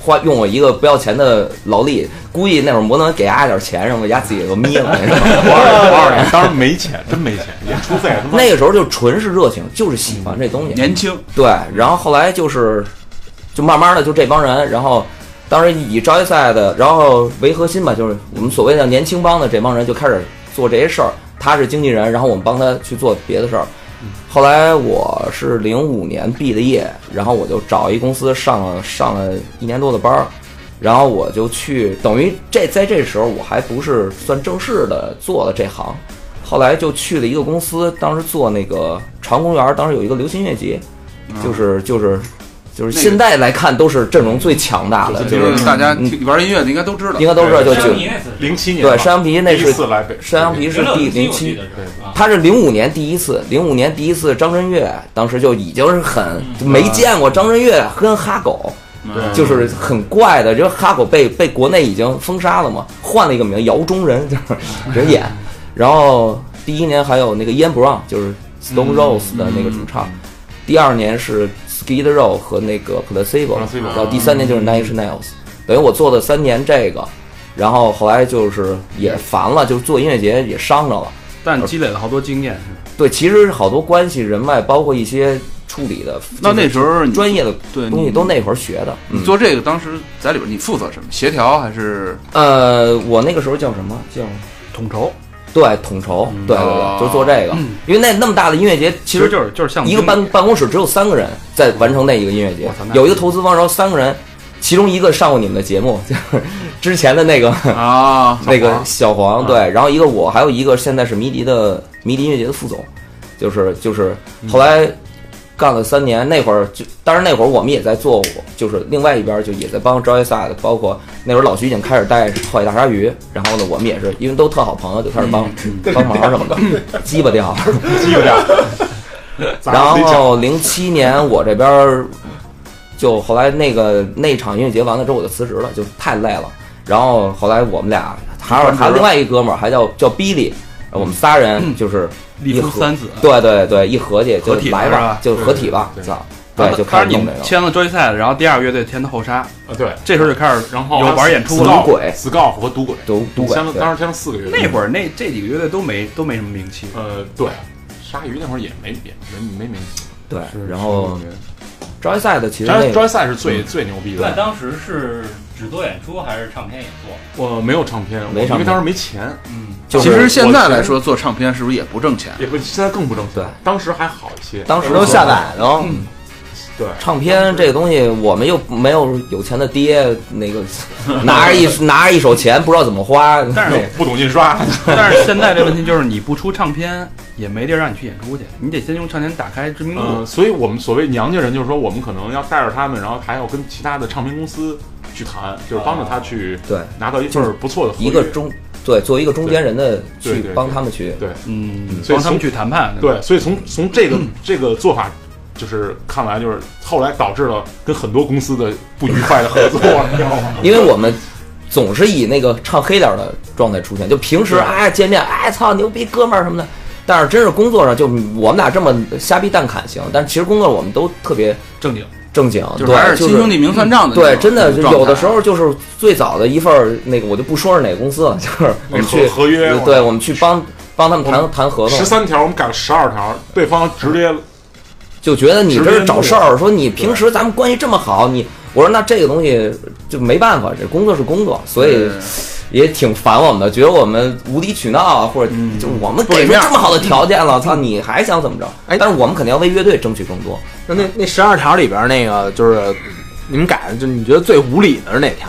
S6: 花用我一个不要钱的劳力，估计那会儿摩登给丫点钱，让我丫自己给眯了。
S7: 我二我二年当时没钱，真没钱， 演出费他妈
S6: 呃那个时候就纯是热情，就是喜欢这
S2: 嗯
S6: 东西。
S3: 年轻，
S6: 对，然后后来就是，就慢慢的就这帮人，然后当时以招业赛的，然后为核心吧，就是我们所谓的年轻帮的这帮人就开始做这些事儿。他是经纪人，然后我们帮他去做别的事儿。后来我是零五年毕的业，然后我就找一公司上了上了一年多的班儿，然后我就去，等于这在这时候我还不是算正式的做了这行，后来就去了一个公司，当时做那个长公园儿，当时有一个流行音乐节，就是就是就是现在来看都是阵容最强大的，就
S3: 就是是大
S2: 嗯
S3: 家听玩音乐的应该都知道
S6: 应。该都知道就
S7: 对
S4: 像
S6: 就
S4: 你那次是
S7: 零七年吧
S6: 对山羊皮那
S7: 第一
S6: 是
S7: 次来北，
S6: 山羊皮是
S4: 零六
S6: 第
S4: 零
S6: 零
S4: 我记
S6: 七
S4: 得。是
S7: 对
S4: 啊，
S6: 他是零五年第一次，零五年第一次张震岳，当时就已经是很没见过张震岳跟哈狗，
S7: 对
S6: 就是很怪的，就是哈狗被被国内已经封杀了嘛，换了一个名姚中人， 就是人演。然后第一年还有那个 Ian Brown，就是 Stone Rose 的那个主唱，第二年是 Skid Row 和那个 Placebo，
S7: Placebo
S6: 然后第三年就是 Nine Inch Nails，等于我做了三年这个，然后后来就是也烦了，就是做音乐节也伤着了。
S2: 但积累了好多经验，
S6: 对，其实好多关系、人脉，包括一些处理的，
S3: 那那
S6: 就
S3: 时
S6: 是
S3: 候你
S6: 专业的
S3: 对
S6: 东西
S3: 你
S6: 都那会儿学的。
S3: 你
S6: 嗯，
S3: 做这个当时在里边你负责什么？协调还是
S6: 呃，我那个时候叫什么叫？
S2: 统筹嗯
S6: 对，统筹，对对
S3: 哦
S6: 对，就做这个，因为那那么大的音乐节，
S2: 其
S6: 其实
S2: 实就是就是项目
S6: 一
S2: 经
S6: 个
S2: 理
S6: 办办公室只有三个人在完成那一个音乐节
S2: 我操，那
S6: 有一个投资方，然后三个人，其中一个上过你们的节目，就是之前的那个
S3: 啊？
S6: 那个小黄，嗯对，然后一个我，还有一个现在是迷笛的迷笛音乐节的副总，就是就是后来干了三年，那会儿就，当然那会儿我们也在做，就是另外一边就也在帮招业赛的，包括那会儿老徐已经开始带后海大鲨鱼，然后呢，我们也是因为都特好朋友，就开始帮、帮忙什么的，鸡巴掉。
S7: 记不了。砸
S6: 然
S7: 了一脚
S6: 后零七年我这边儿就后来那个那场音乐节完了之后我就辞职了，就太累了。然后后来我们俩还有还有另外一哥们儿还叫叫 Billy，我们仨人就是
S2: 立
S6: 一
S2: 夫
S6: 合
S2: 三子。
S6: 对对对一合计就
S2: 嗯合体了
S6: 来
S2: 是
S6: 吧
S2: 吧，
S6: 就合体吧，
S7: 对
S6: 操，对就
S2: 当
S6: 开
S2: 时
S6: 始
S2: 你
S6: 弄这
S2: 们
S6: 个。
S2: 签了专业赛，然后第二个乐队签的后沙，
S7: 啊，对，
S2: 这时候就开始
S7: 然后
S2: 有玩演出
S6: 了赌鬼
S7: s c o f 和赌鬼，
S6: 赌赌鬼
S7: 签了
S6: 对
S7: 当时签了四个月。
S2: 那会儿那这几个乐队都没都没什么名气，
S7: 呃，对，鲨鱼那会儿也没也没没名气。
S6: 对，然后招业赛的哦其实
S7: 专
S6: 那
S7: 专
S6: 个嗯
S7: 业赛是最最牛逼
S4: 那
S7: 的。
S4: 当时是只做演出还是唱片也做？
S7: 我没有唱片，我
S6: 没唱片
S7: 因为当时没钱，
S2: 嗯
S6: 就
S3: 其实
S6: 是
S3: 现在来说，做唱片是不是也不挣钱？
S7: 也不现在更不挣钱
S6: 对。
S7: 当时还好一些，
S6: 当时嗯
S5: 都下载了，
S7: 对，
S6: 唱片这个东西，我们又没有有钱的爹，那个拿着一拿着一手钱不知道怎么花，
S2: 但是
S7: 不懂印刷，
S2: 但是现在这问题就是你不出唱片，也没地儿让你去演出去，你得先用唱片打开知名
S7: 嗯，
S2: 度。
S7: 所以我们所谓娘家人，就是说我们可能要带着他们，然后还要跟其他的唱片公司去谈，就是帮着他去
S6: 对
S7: 拿到一份不错的合约
S6: 一个中对作为一个中间人的
S7: 对对
S6: 去
S7: 对
S6: 帮他们去
S7: 对
S2: 嗯，
S7: 所以
S2: 帮他们
S7: 从
S2: 去谈判。
S7: 对，所以从从这个 这个做法，就是看来就是后来导致了跟很多公司的不愉快的合作，你知道吗？
S6: 因为我们总是以那个唱黑脸的状态出现，就平时
S7: 对
S6: 哎见面哎操牛逼哥们儿什么的，但是真是工作上就我们俩这么瞎逼蛋侃行，但其实工作我们都特别
S2: 正经，
S6: 正经，
S3: 就是还
S6: 对，
S3: 是
S6: 就
S3: 亲兄弟明算账的那种。
S6: 对，真的就
S3: 状态
S6: 有的时候就是最早的一份儿那个，我就不说是哪个公司了，就是我们去
S7: 合合约
S6: 对，我们去帮帮他们
S7: 我
S6: 谈谈合同
S7: 十，三条我们改了十二条，对方直接
S6: 就觉得你这是找事
S7: 直接
S6: 儿，说你平时咱们关系这么好，你我说那这个东西就没办法，这工作是工作，所以
S3: 对
S6: 也挺烦我们的，觉得我们无理取闹啊，或者就我们给出这么好的条件了，操，你还想怎么着？
S5: 哎
S6: 但是我们肯定要为乐队争取更多。
S5: 那那那十二条里边那个就是你们改的，就你觉得最无理的是哪条？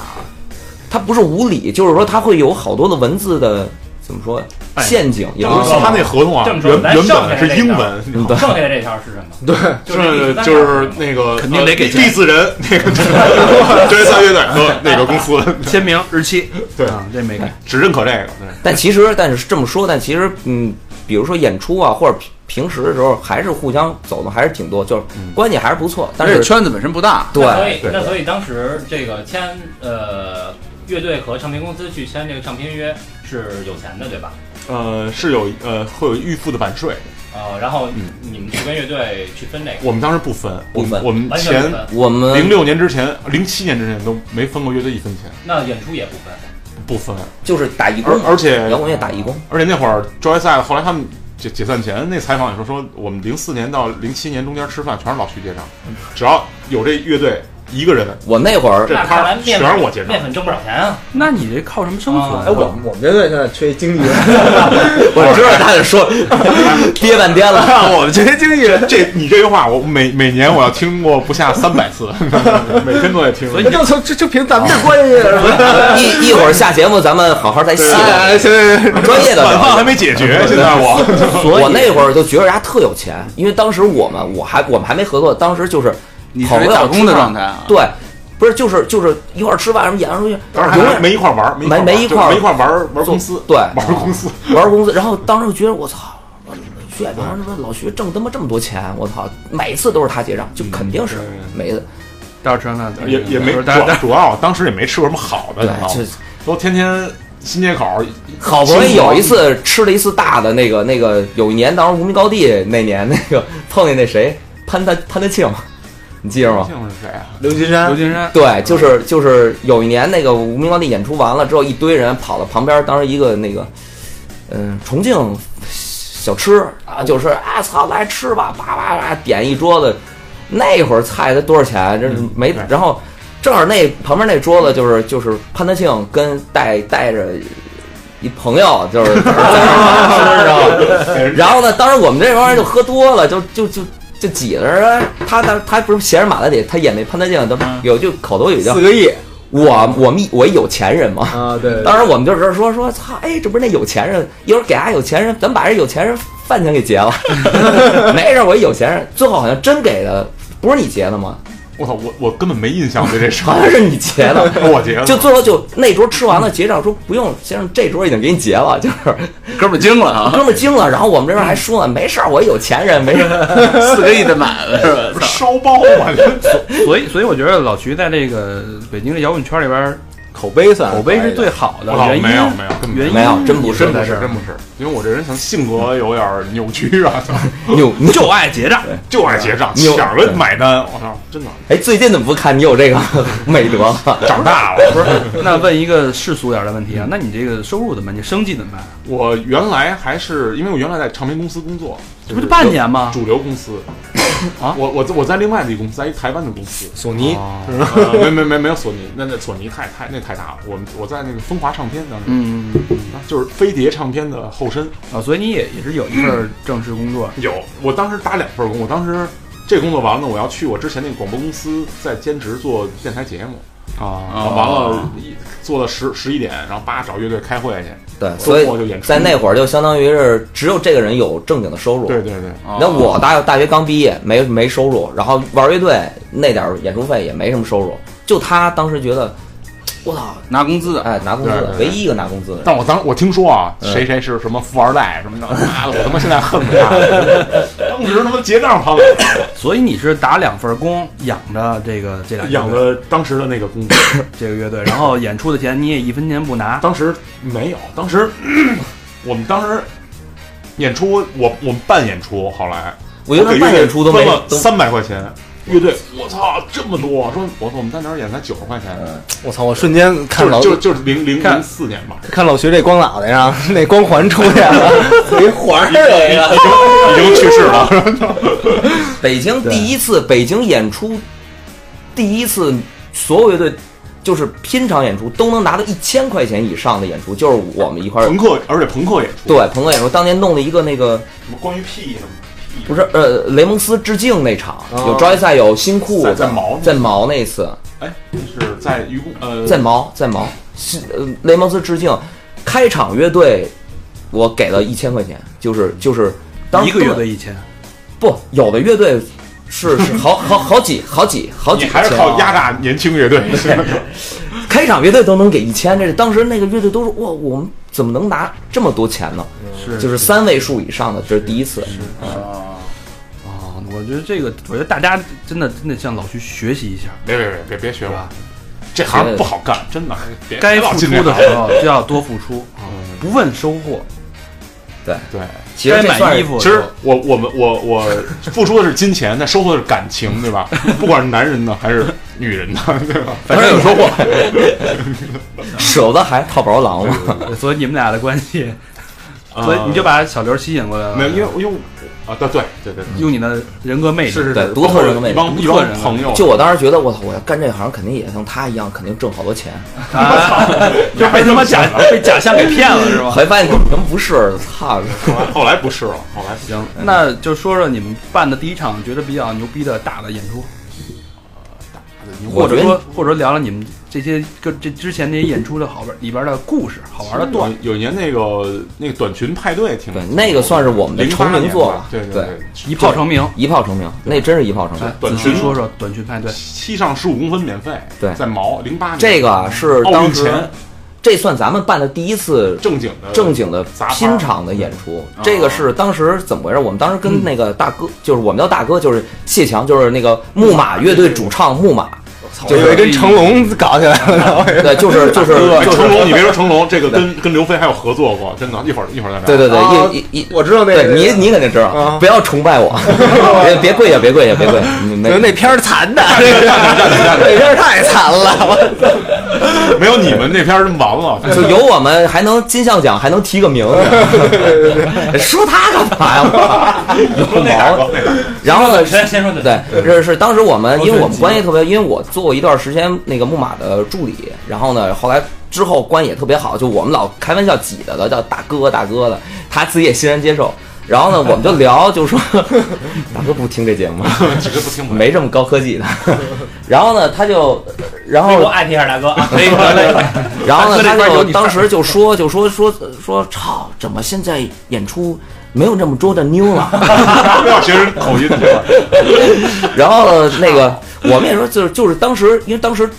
S6: 它不是无理，就是说它会有好多的文字的怎么说呀
S2: 哎
S6: 陷阱，也不
S7: 不
S6: 是
S7: 是
S6: 陷阱
S7: 他那合同啊，
S4: 这么
S7: 原
S4: 说咱
S7: 原
S4: 上
S7: 本是英文，
S2: 嗯
S7: 你知道吗
S4: 剩下的这条是什么？
S5: 对，
S7: 是
S4: 那
S7: 就是那个
S2: 肯定得给钱
S7: 呃利兹人那个 这三乐队和哪个公司，
S2: 签名、日期，
S7: 对
S2: 啊，这没改。
S7: 只认可这个。
S6: 但其实，但是这么说，但其实，嗯，比如说演出啊，或者平平时的时候，还是互相走的还是挺多，就是关系还是不错。但
S3: 而且
S6: 是，
S3: 圈子本身不大，
S4: 那所
S6: 对，
S4: 以那所以当时这个签呃乐队和唱片公司去签这个唱片约是有钱的，对吧？
S7: 呃，是有呃会有预付的版税，
S4: 呃，然后
S6: 嗯
S4: 你们去跟乐队去分这个，
S7: 我们当时不分，我
S6: 不分
S7: 们我们
S4: 完全
S7: 前
S4: 不分，
S6: 我们
S7: 零六年之前、零七年之前都没分过乐队一分钱，
S4: 那演出也不分。
S7: 不分。
S6: 就是打义工
S7: 而，而且
S6: 摇滚乐打义工，
S7: 而且那会儿 Joy 赛后来他们解解散前那采访也说说我们零四年到零七年中间吃饭全是老徐结账，只要有这乐队一个人，
S6: 我那会儿
S7: 这
S4: 那看
S7: 摊
S4: 来
S7: 儿
S4: 面
S7: 全
S4: 粉
S7: 是我结账
S4: 面。粉挣不少钱啊。
S6: 嗯
S2: 那你这靠什么生存？
S4: 啊
S5: 哎， 我们我们乐队现在缺经纪人，
S6: 我知道他在说憋半天了，
S5: 我们缺经纪人，
S7: 这你这句话，我每每年我要听过不下三百次，每天都在听。
S5: 那就从就就凭咱们这关系，是吧
S6: 一一会儿下节目咱们好好再细
S5: 哎，
S6: 聊
S5: 行行 行，
S6: 专业的
S7: 晚饭
S6: 聊
S7: 还。没解决，现在我
S6: 我那会儿就觉得人家特有钱，因为当时我们我还我们还没合作，当时就是
S3: 你是
S6: 朋
S3: 一
S6: 友
S3: 打工的
S6: 吃饭
S3: 状态啊？
S6: 对，不是就是就是一块儿吃饭什么演出去，
S7: 当时
S6: 永
S7: 还
S6: 远
S7: 没一块玩儿，
S6: 没
S7: 没
S6: 没一块儿
S7: 没一块儿玩儿玩儿公司，
S6: 对
S7: 玩儿公司。
S6: 玩公司，然后当时就觉得我操，徐海平他妈老徐挣他妈这么多钱，我操，每次都是他结账，就肯定是
S7: 嗯
S6: 每次
S2: 到时候呢
S7: 也也没主
S2: 呃大家
S7: 要主要当时也没吃过什么好的，
S6: 对
S7: 你知道，
S6: 就
S7: 吗？都天天新街口儿，
S6: 好不容易有一次吃了一次大的那个那个，有一年当时无名高地那年那个碰见那谁潘丹潘丹庆，你记着吗？
S7: 姓是谁啊？
S5: 刘金
S2: 刘
S5: 山，
S2: 金山
S6: 对，就是就是有一年那个无名高地演出完了之后，一堆人跑到旁边，当时一个那个，嗯，重庆小吃啊，就是啊操，来吃吧，叭叭叭点一桌子，那会儿菜才多少钱？这没，然后正好那旁边那桌子就是就是潘德庆跟带带着。一朋友就是在那儿吃，然后然后呢，当时我们这帮人就喝多了，就就就就挤着人他他他不是写着马德里，他演那潘德庆，他有就口头语叫
S5: 四个亿
S6: 我我们一我一有钱人嘛。
S5: 啊，对，对
S6: 当时我们就是说说操，哎，这不是那有钱人，一会儿给俺有钱人，咱把这有钱人饭钱给结了， 没事儿，我一有钱人，最后好像真给的，不是你结的吗？
S7: 我操，我我根本没印象对这事
S6: 好像
S7: 儿，
S6: 是你结的，
S7: 我结的。
S6: 就最后就那桌吃完了结账说不用，先生这桌已经给你结 了，就是
S3: 哥们儿惊了啊，
S6: 哥们儿惊了，然后我们这边还说呢，没事儿，我一有钱人，没事儿。
S3: 四个亿的买卖是吧？
S7: 不是烧包啊嘛，
S2: 所以所以我觉得老徐在这个北京这摇滚圈里边儿
S5: 口碑算
S2: 口碑是最好的
S7: 我操，
S2: 原因
S7: 没有没有，根本
S2: 原因
S6: 没有真不是
S2: 嗯真
S7: 真不
S2: 的
S7: 是真不是，因为我这人像性格有点儿扭曲啊，操
S6: 牛牛
S2: 就爱结账，
S7: 就爱结账，
S6: 扭
S7: 抢着买单，我操，真的
S6: 哎，最近怎么不看你有这个 美德了？
S7: 长大了。
S2: 不是？那问一个世俗点儿的问题啊，那你这个收入怎么办？你生计怎么办？
S7: 我原来还是因为我原来在唱片公司工作，
S2: 这不就半年吗？
S7: 主流公司
S2: 啊
S7: 我我我在另外的一公司，在一台湾的公司，
S5: 索尼
S7: 呃没没没没有索尼，那那索尼太太那太大了。我们我在那个风华唱片当时，
S2: 嗯
S7: 就是飞碟唱片的后身。
S2: 啊，所以你也也是有一份正式工作，
S7: 有，我当时打两份工，我当时这工作完了，我要去我之前那个广播公司再兼职做电台节目。啊，完了，一做到十十一点，然后叭找乐队开会去。
S6: 对，
S7: 周
S6: 所以
S7: 末就演出
S6: 在那会儿就相当于是只有这个人有正经的收入。
S7: 对对对，
S3: 哦
S6: 那我大大学刚毕业，没没收入，然后玩乐队那点儿演出费也没什么收入，就他当时觉得，我操，
S3: 拿工资的，
S6: 哎，拿工资
S7: 对
S6: 的
S7: 对，对
S6: 唯一一个拿工资的人。
S7: 但我当我听说啊，谁谁是什么富二代什么的，妈的，我他妈现在恨不 得他，当时他妈结账他们
S2: 所以你是打两份工养着这个这俩乐队
S7: 养的当时的那个工作，
S2: 这个乐队，然后演出的钱你也一分钱不拿，
S7: 当时没有，当时我们当时演出，我我们办演出，后来
S6: 我觉得他
S7: 给乐
S6: 办
S7: 队
S6: 演出都没
S7: 分了
S6: 都
S7: 三百块钱，乐队我操这么多，说我操我们在哪儿演才九十块钱，
S6: 嗯
S5: 我操！我瞬间看
S7: 就
S5: 老
S7: 就就是零零
S5: 看
S7: 零四年吧，
S5: 看老徐这光脑袋上 那光环出现 了，一环儿有一个。
S7: 已经去世了。
S6: 北京第一次，北京演出第一次，所有乐队就是拼场演出都能拿到一千块钱以上的演出，就是我们一块儿
S7: 朋克，而且朋克演出，
S6: 对朋克演出，当年弄了一个那个
S7: 什么关于屁什么屁，
S6: 不是呃雷蒙斯致敬那场，
S5: 哦
S6: 有 Joy 赛，有新裤
S7: 在
S6: 子，
S7: 在毛
S6: 在毛那次，
S7: 哎，是在愚公呃
S6: 在毛在毛，是呃雷蒙斯致敬，开场乐队我给了一千块钱，就是就是当
S2: 一个乐
S6: 月
S2: 队一千，
S6: 不有的乐队是是好好好几好几好
S7: 你
S6: 几
S7: 还是
S6: 千啊
S7: 靠压榨年轻 乐队，
S6: 开场乐队都能给一千，这当时那个乐队都说哇，我们怎么能拿这么多钱呢？
S2: 是
S6: 就是三位数以上的，这是第一次。
S2: 啊，我觉得这个，我觉得大家真的真的向老徐学习一下，
S7: 别别别别别学
S2: 对
S7: 我
S2: 吧，？
S7: 这行不好干，真的，别
S2: 该
S7: 别老嗯
S2: 付
S7: 进
S2: 出啊
S7: 这
S2: 的
S7: 行
S2: 时候就要多付出，不问收获。
S7: 对，
S6: 其实这
S2: 该
S6: 算
S2: 买衣
S6: 是
S2: 服，
S7: 其实我我们我我付出的是金钱，但收获的是感情，对吧？不管是男人呢还是女人呢，对吧？
S6: 反正有收获。舍不得还套包狼 嘛，
S2: 所以 你们俩的关系，
S7: 啊
S2: 所以你就把小刘吸引过来了，
S7: 没有，因为因为啊，对对对对，
S2: 用你的人格魅力，
S7: 是是
S6: 对
S7: 是，
S6: 独特人的魅
S7: 一
S6: 力
S7: 帮一
S2: 独特
S7: 帮
S2: 人的
S7: 朋友，
S6: 就我当时觉得，我操，我要干这行肯定也像他一样，肯定挣好多钱。
S2: 啊， 就被他妈 假被假象给骗了是吧？
S6: 后来发现根本不是，操！
S7: 后来后来不是了，后来
S2: 行，那就说说你们办的第一场觉得比较牛逼的大的演出，或
S6: 我
S2: 者
S6: 觉得
S2: 说或者聊聊你们这些跟这之前那些演出的好玩里边的故事、好玩的
S6: 嗯
S2: 段子。
S7: 有有一年那个那个短裙派对挺
S6: 对，那个算是我们的
S7: 08
S6: 成名
S7: 年
S6: 作
S7: 吧
S6: 吧，
S7: 对
S6: 对
S7: 对，
S2: 一炮成名。
S6: 一炮成名，那真是一炮成名
S2: 来。，
S7: 短
S2: 仔
S7: 裙
S2: 细哎说说短裙派对，
S7: 七上十五公分免费，
S6: 对
S7: 在毛零八年
S6: 这个啊是
S7: 奥
S6: 当
S7: 运
S6: 时
S7: 前
S6: 这算咱们办的第一次
S7: 正经
S5: 呃
S7: 的
S6: 正经的
S7: 杂牌
S6: 拼场的演出
S7: 嗯。
S5: 哦
S6: 这个是当时怎么回事？我们当时
S5: 嗯
S6: 跟那个大哥，就是我们叫大哥，就是谢强，就是那个木马乐队主唱木 马，就
S5: 以为
S6: 是
S5: 跟成龙搞起来了，
S6: 对，就是就是
S5: 啊
S7: 哎
S6: 就是
S7: 成龙，你别说成龙，这个跟跟刘飞还有合作过，真的，一会儿一会儿再聊。
S6: 对对
S5: 哦
S6: 对，一一一。
S5: 我知道那
S6: 对
S5: 个
S6: 你，你肯定知
S5: 啊
S6: 道，不要崇拜 我，别别跪下，别跪下，别跪下。没
S5: 就那片儿 残的，那片儿太残了， 我
S7: 没有你们那片儿真完了。
S6: 就有我们还能金像奖还能提 个名字，说他干嘛呀？ 有
S7: 那大
S6: 毛
S7: 哥，。那大哥
S6: 然后呢？
S4: 先先说对，
S6: 对，这是当时我们，因为我们关系特别，因为我做过一段时间那个木马的助理，然后呢，后来之后关系也特别好，就我们老开玩笑挤得他叫大哥大哥的，他自己也欣然接受。然后呢，我们就聊，就说 大哥不听这节目，
S7: 其实不听不了。
S6: 没这么高科技的。 然后呢，他就，然
S4: 微博
S6: 后
S4: 艾特一下大哥啊，
S2: 可以可以，
S6: 然后呢，
S2: 大
S6: 他
S2: 哥这块有
S6: 就
S2: 你
S6: 当时就说，就说说说，操，怎么现在演出没有那么多的妞了？
S7: 不要学人口音，对 吧？
S6: 然后呢，那个我们也说，就是就是当时，因为当时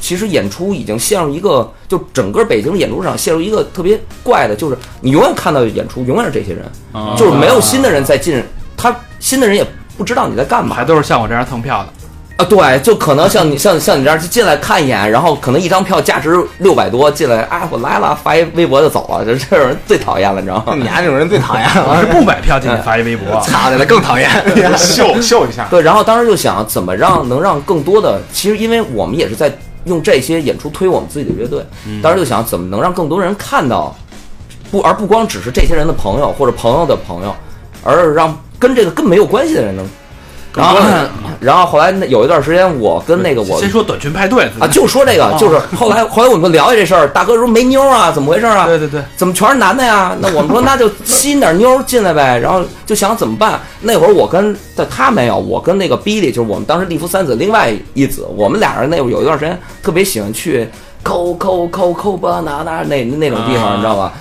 S6: 其实演出已经陷入一个，就整个北京的演出市场陷入一个特别怪的，就是你永远看到的演出永远是这些人，
S7: 哦
S2: 啊
S6: 就是没有新的人在进，他新的人也不知道你在干嘛
S2: 还都是像我这样蹭票的，
S6: 啊。对，就可能像你像像你这样就进来看一眼，然后可能一张票价值六百多，进来哎我来了，发一微博就走了，这这种人最讨厌了，你知道吗？
S5: 你家这种人最讨厌
S2: 我
S5: 了，
S2: 是不买票进
S6: 哎
S2: 去发一微博，
S5: 操起来更讨厌。
S7: 秀秀一下，
S6: 对，然后当时就想怎么让能让更多的，其实因为我们也是在用这些演出推我们自己的乐队，
S2: 嗯
S6: 当时就想怎么能让更多人看到，不而不光只是这些人的朋友或者朋友的朋友，而是让跟这个更没有关系的人能。然后， 然后后来那有一段时间，我跟 那个我
S2: 先说哦短裙派啊对
S6: 啊，就说这个，就是后来后来我们聊起这事儿，大哥说没妞啊，怎么回事啊？
S2: 对对对，
S6: 怎么全是男的呀？那我们说那就吸引点妞儿进来呗，然后就想怎么办？那会儿我跟但他没有，我跟那个 Billy 就是我们当时利夫三子另外一子，我们俩人那会儿有一段时间特别喜欢去抠抠抠抠吧拿拿那那种地方，你知道吧？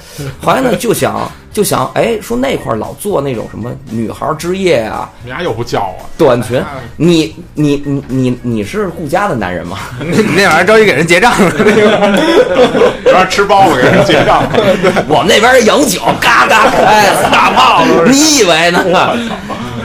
S6: 后来呢就想就想哎说那块儿老做那种什么女孩儿之夜啊
S7: 你俩又不叫我，
S6: 短裙，你你你你你是顾家的男人吗？
S5: 你那玩意儿着急给人结账了，那个
S7: 有点吃包子给人结账。
S6: 我们那边儿洋酒嘎 嘎开，大炮，你以 为呢？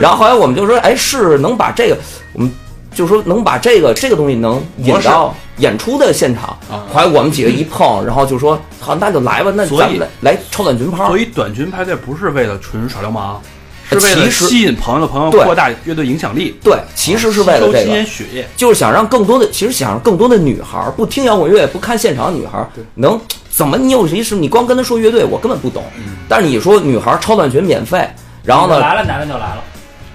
S6: 然后后来我们就说，哎，是能把这个，我们就说能把这个这个东西能引到演出的现场。
S2: 啊
S6: 后来我们几个一碰，然后就说，好，那就来吧，那
S2: 所以
S6: 咱们来来超短裙趴
S2: 所。以短裙派对不是为了纯耍流氓，是
S6: 呃
S2: 为了
S6: 其实
S2: 吸引朋友的朋友，
S6: 对
S2: 扩大乐队影响力，
S6: 对，其实是为了
S2: 吸收
S6: 这
S2: 新鲜
S6: 个，
S2: 血液。
S6: 就是想让更多的，其实想让更多的女孩儿不听摇滚乐、不看现场的女孩儿能怎么？你有谁是你光跟她说乐队，我根本不懂。
S2: 嗯
S6: 但是你说女孩儿超短裙免费，然后呢，
S4: 来了男的就来了，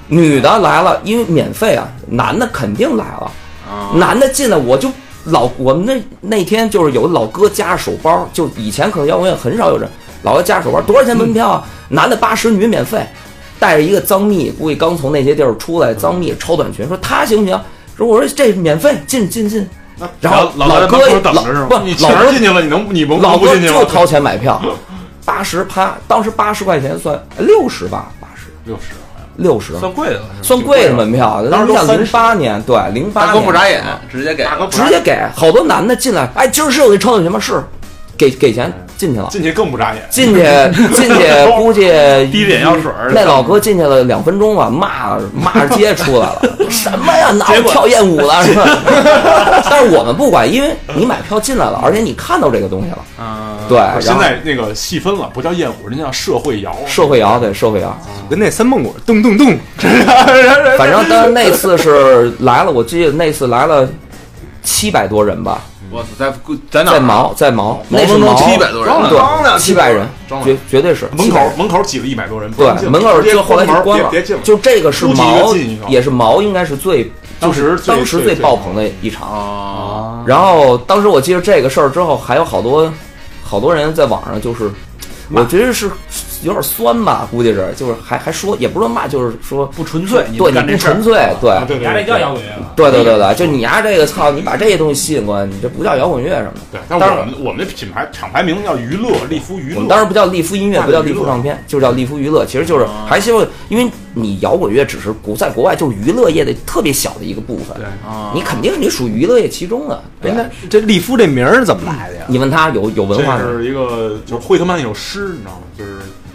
S6: 女的来了，因为免费啊，男的肯定来了，
S7: 啊
S6: 男的进来我就老我们那那天就是有老哥夹着手包，就以前可能摇滚乐很少有人，老哥夹着手包，多少钱门票啊？
S7: 嗯
S6: 男的八十，女的免费，带着一个脏蜜，估计刚从那些地儿出来，脏蜜超短裙，说他行不行？说我说这免费，进进进。然后
S2: 老老哥在
S6: 哥
S2: 门口等
S6: 老
S2: 着是吗
S6: 不
S7: 你全
S6: 老
S7: 是
S6: 哥
S7: 进去了，你能你能
S6: 老
S7: 不
S6: 哥
S7: 进去
S6: 就
S7: 吗？
S6: 掏钱买票，八十趴，当时八十块钱算六十吧，八十
S7: 六十，
S6: 六十
S2: 算贵的
S3: 嗯
S2: 了，
S6: 算贵的门票，
S3: 当时都
S6: 像
S3: 30
S6: 零八年，对零八
S3: 大
S6: 年，
S3: 哥不眨眼，直接给
S7: 大哥不
S6: 直
S7: 让
S6: 接给好多男的进来，哎，今儿是有一超短裙吗？是，给给钱，进去了。
S7: 进去更不眨眼，
S6: 进去，进去，估计
S2: 滴眼药水儿
S6: 嗯那老哥进去了两分钟吧，骂骂着街出 来了，什么呀，哪有跳艳舞的？是吧？ 但是我们不管，因为你买票进来了，而且你看到这个东西了，
S7: 嗯，
S3: 啊
S6: 对
S7: 不是
S6: 然
S7: 现
S6: 后
S7: 在那个细分了，不叫艳舞，人家叫社会摇，
S6: 社会摇对社会摇。
S5: 跟那三蹦果咚咚咚，
S6: 反正但是那次是来了，我记得那次来了七百多人吧，
S3: 我操，在在哪儿啊
S6: 在毛在毛，那是
S3: 毛
S6: 毛
S3: 七百多人，
S5: 装
S6: 对
S5: 的
S6: 七百人，
S7: 装的
S6: 绝绝对是
S7: 门
S6: 700
S7: 口
S6: 人
S7: 门口挤了一百多人，不让
S6: 对
S7: 进
S6: 门口
S7: 直接
S6: 就后来就
S7: 门
S6: 关
S7: 别
S6: 了
S7: 别进了，
S6: 就这个是
S7: 估计
S6: 毛
S7: 一个进一个
S6: 也是毛应该是最
S7: 当时最
S6: 当时最爆棚的一场。
S3: 啊，
S2: 哦
S6: 然后当时我记得这个事儿之后，还有好多好多人在网上就是，我觉得是有点酸吧，估计是就是还还说也不是说骂，就是说
S2: 不纯粹，
S6: 对你
S2: 干
S6: 不
S2: 这事儿
S6: 纯粹，对
S7: 啊对
S4: 你家这
S7: 对
S4: 叫
S7: 对
S4: 摇滚乐吗？
S6: 对对对对，就你丫这个操，你把这些东西吸引过来，你这不叫摇滚乐什么的。
S7: 对，但
S6: 当
S7: 是
S6: 然
S7: 我们我们的品牌厂牌名字叫娱乐利夫娱
S6: 我
S7: 乐，
S6: 们当时不叫利夫音乐，
S7: 大
S6: 不
S7: 众
S6: 叫利夫唱片，就叫利夫娱乐。其实就是
S7: 啊
S6: 还希望，因为你摇滚乐只是国在国外就是娱乐业的特别小的一个部分，
S7: 啊
S6: 你肯定你属于娱乐业其中的。对，
S5: 那这利夫这名儿怎么来的呀？
S6: 你问他有有文化
S7: 这
S6: 吗？
S7: 是一个就是惠特曼有诗，你知道吗？就是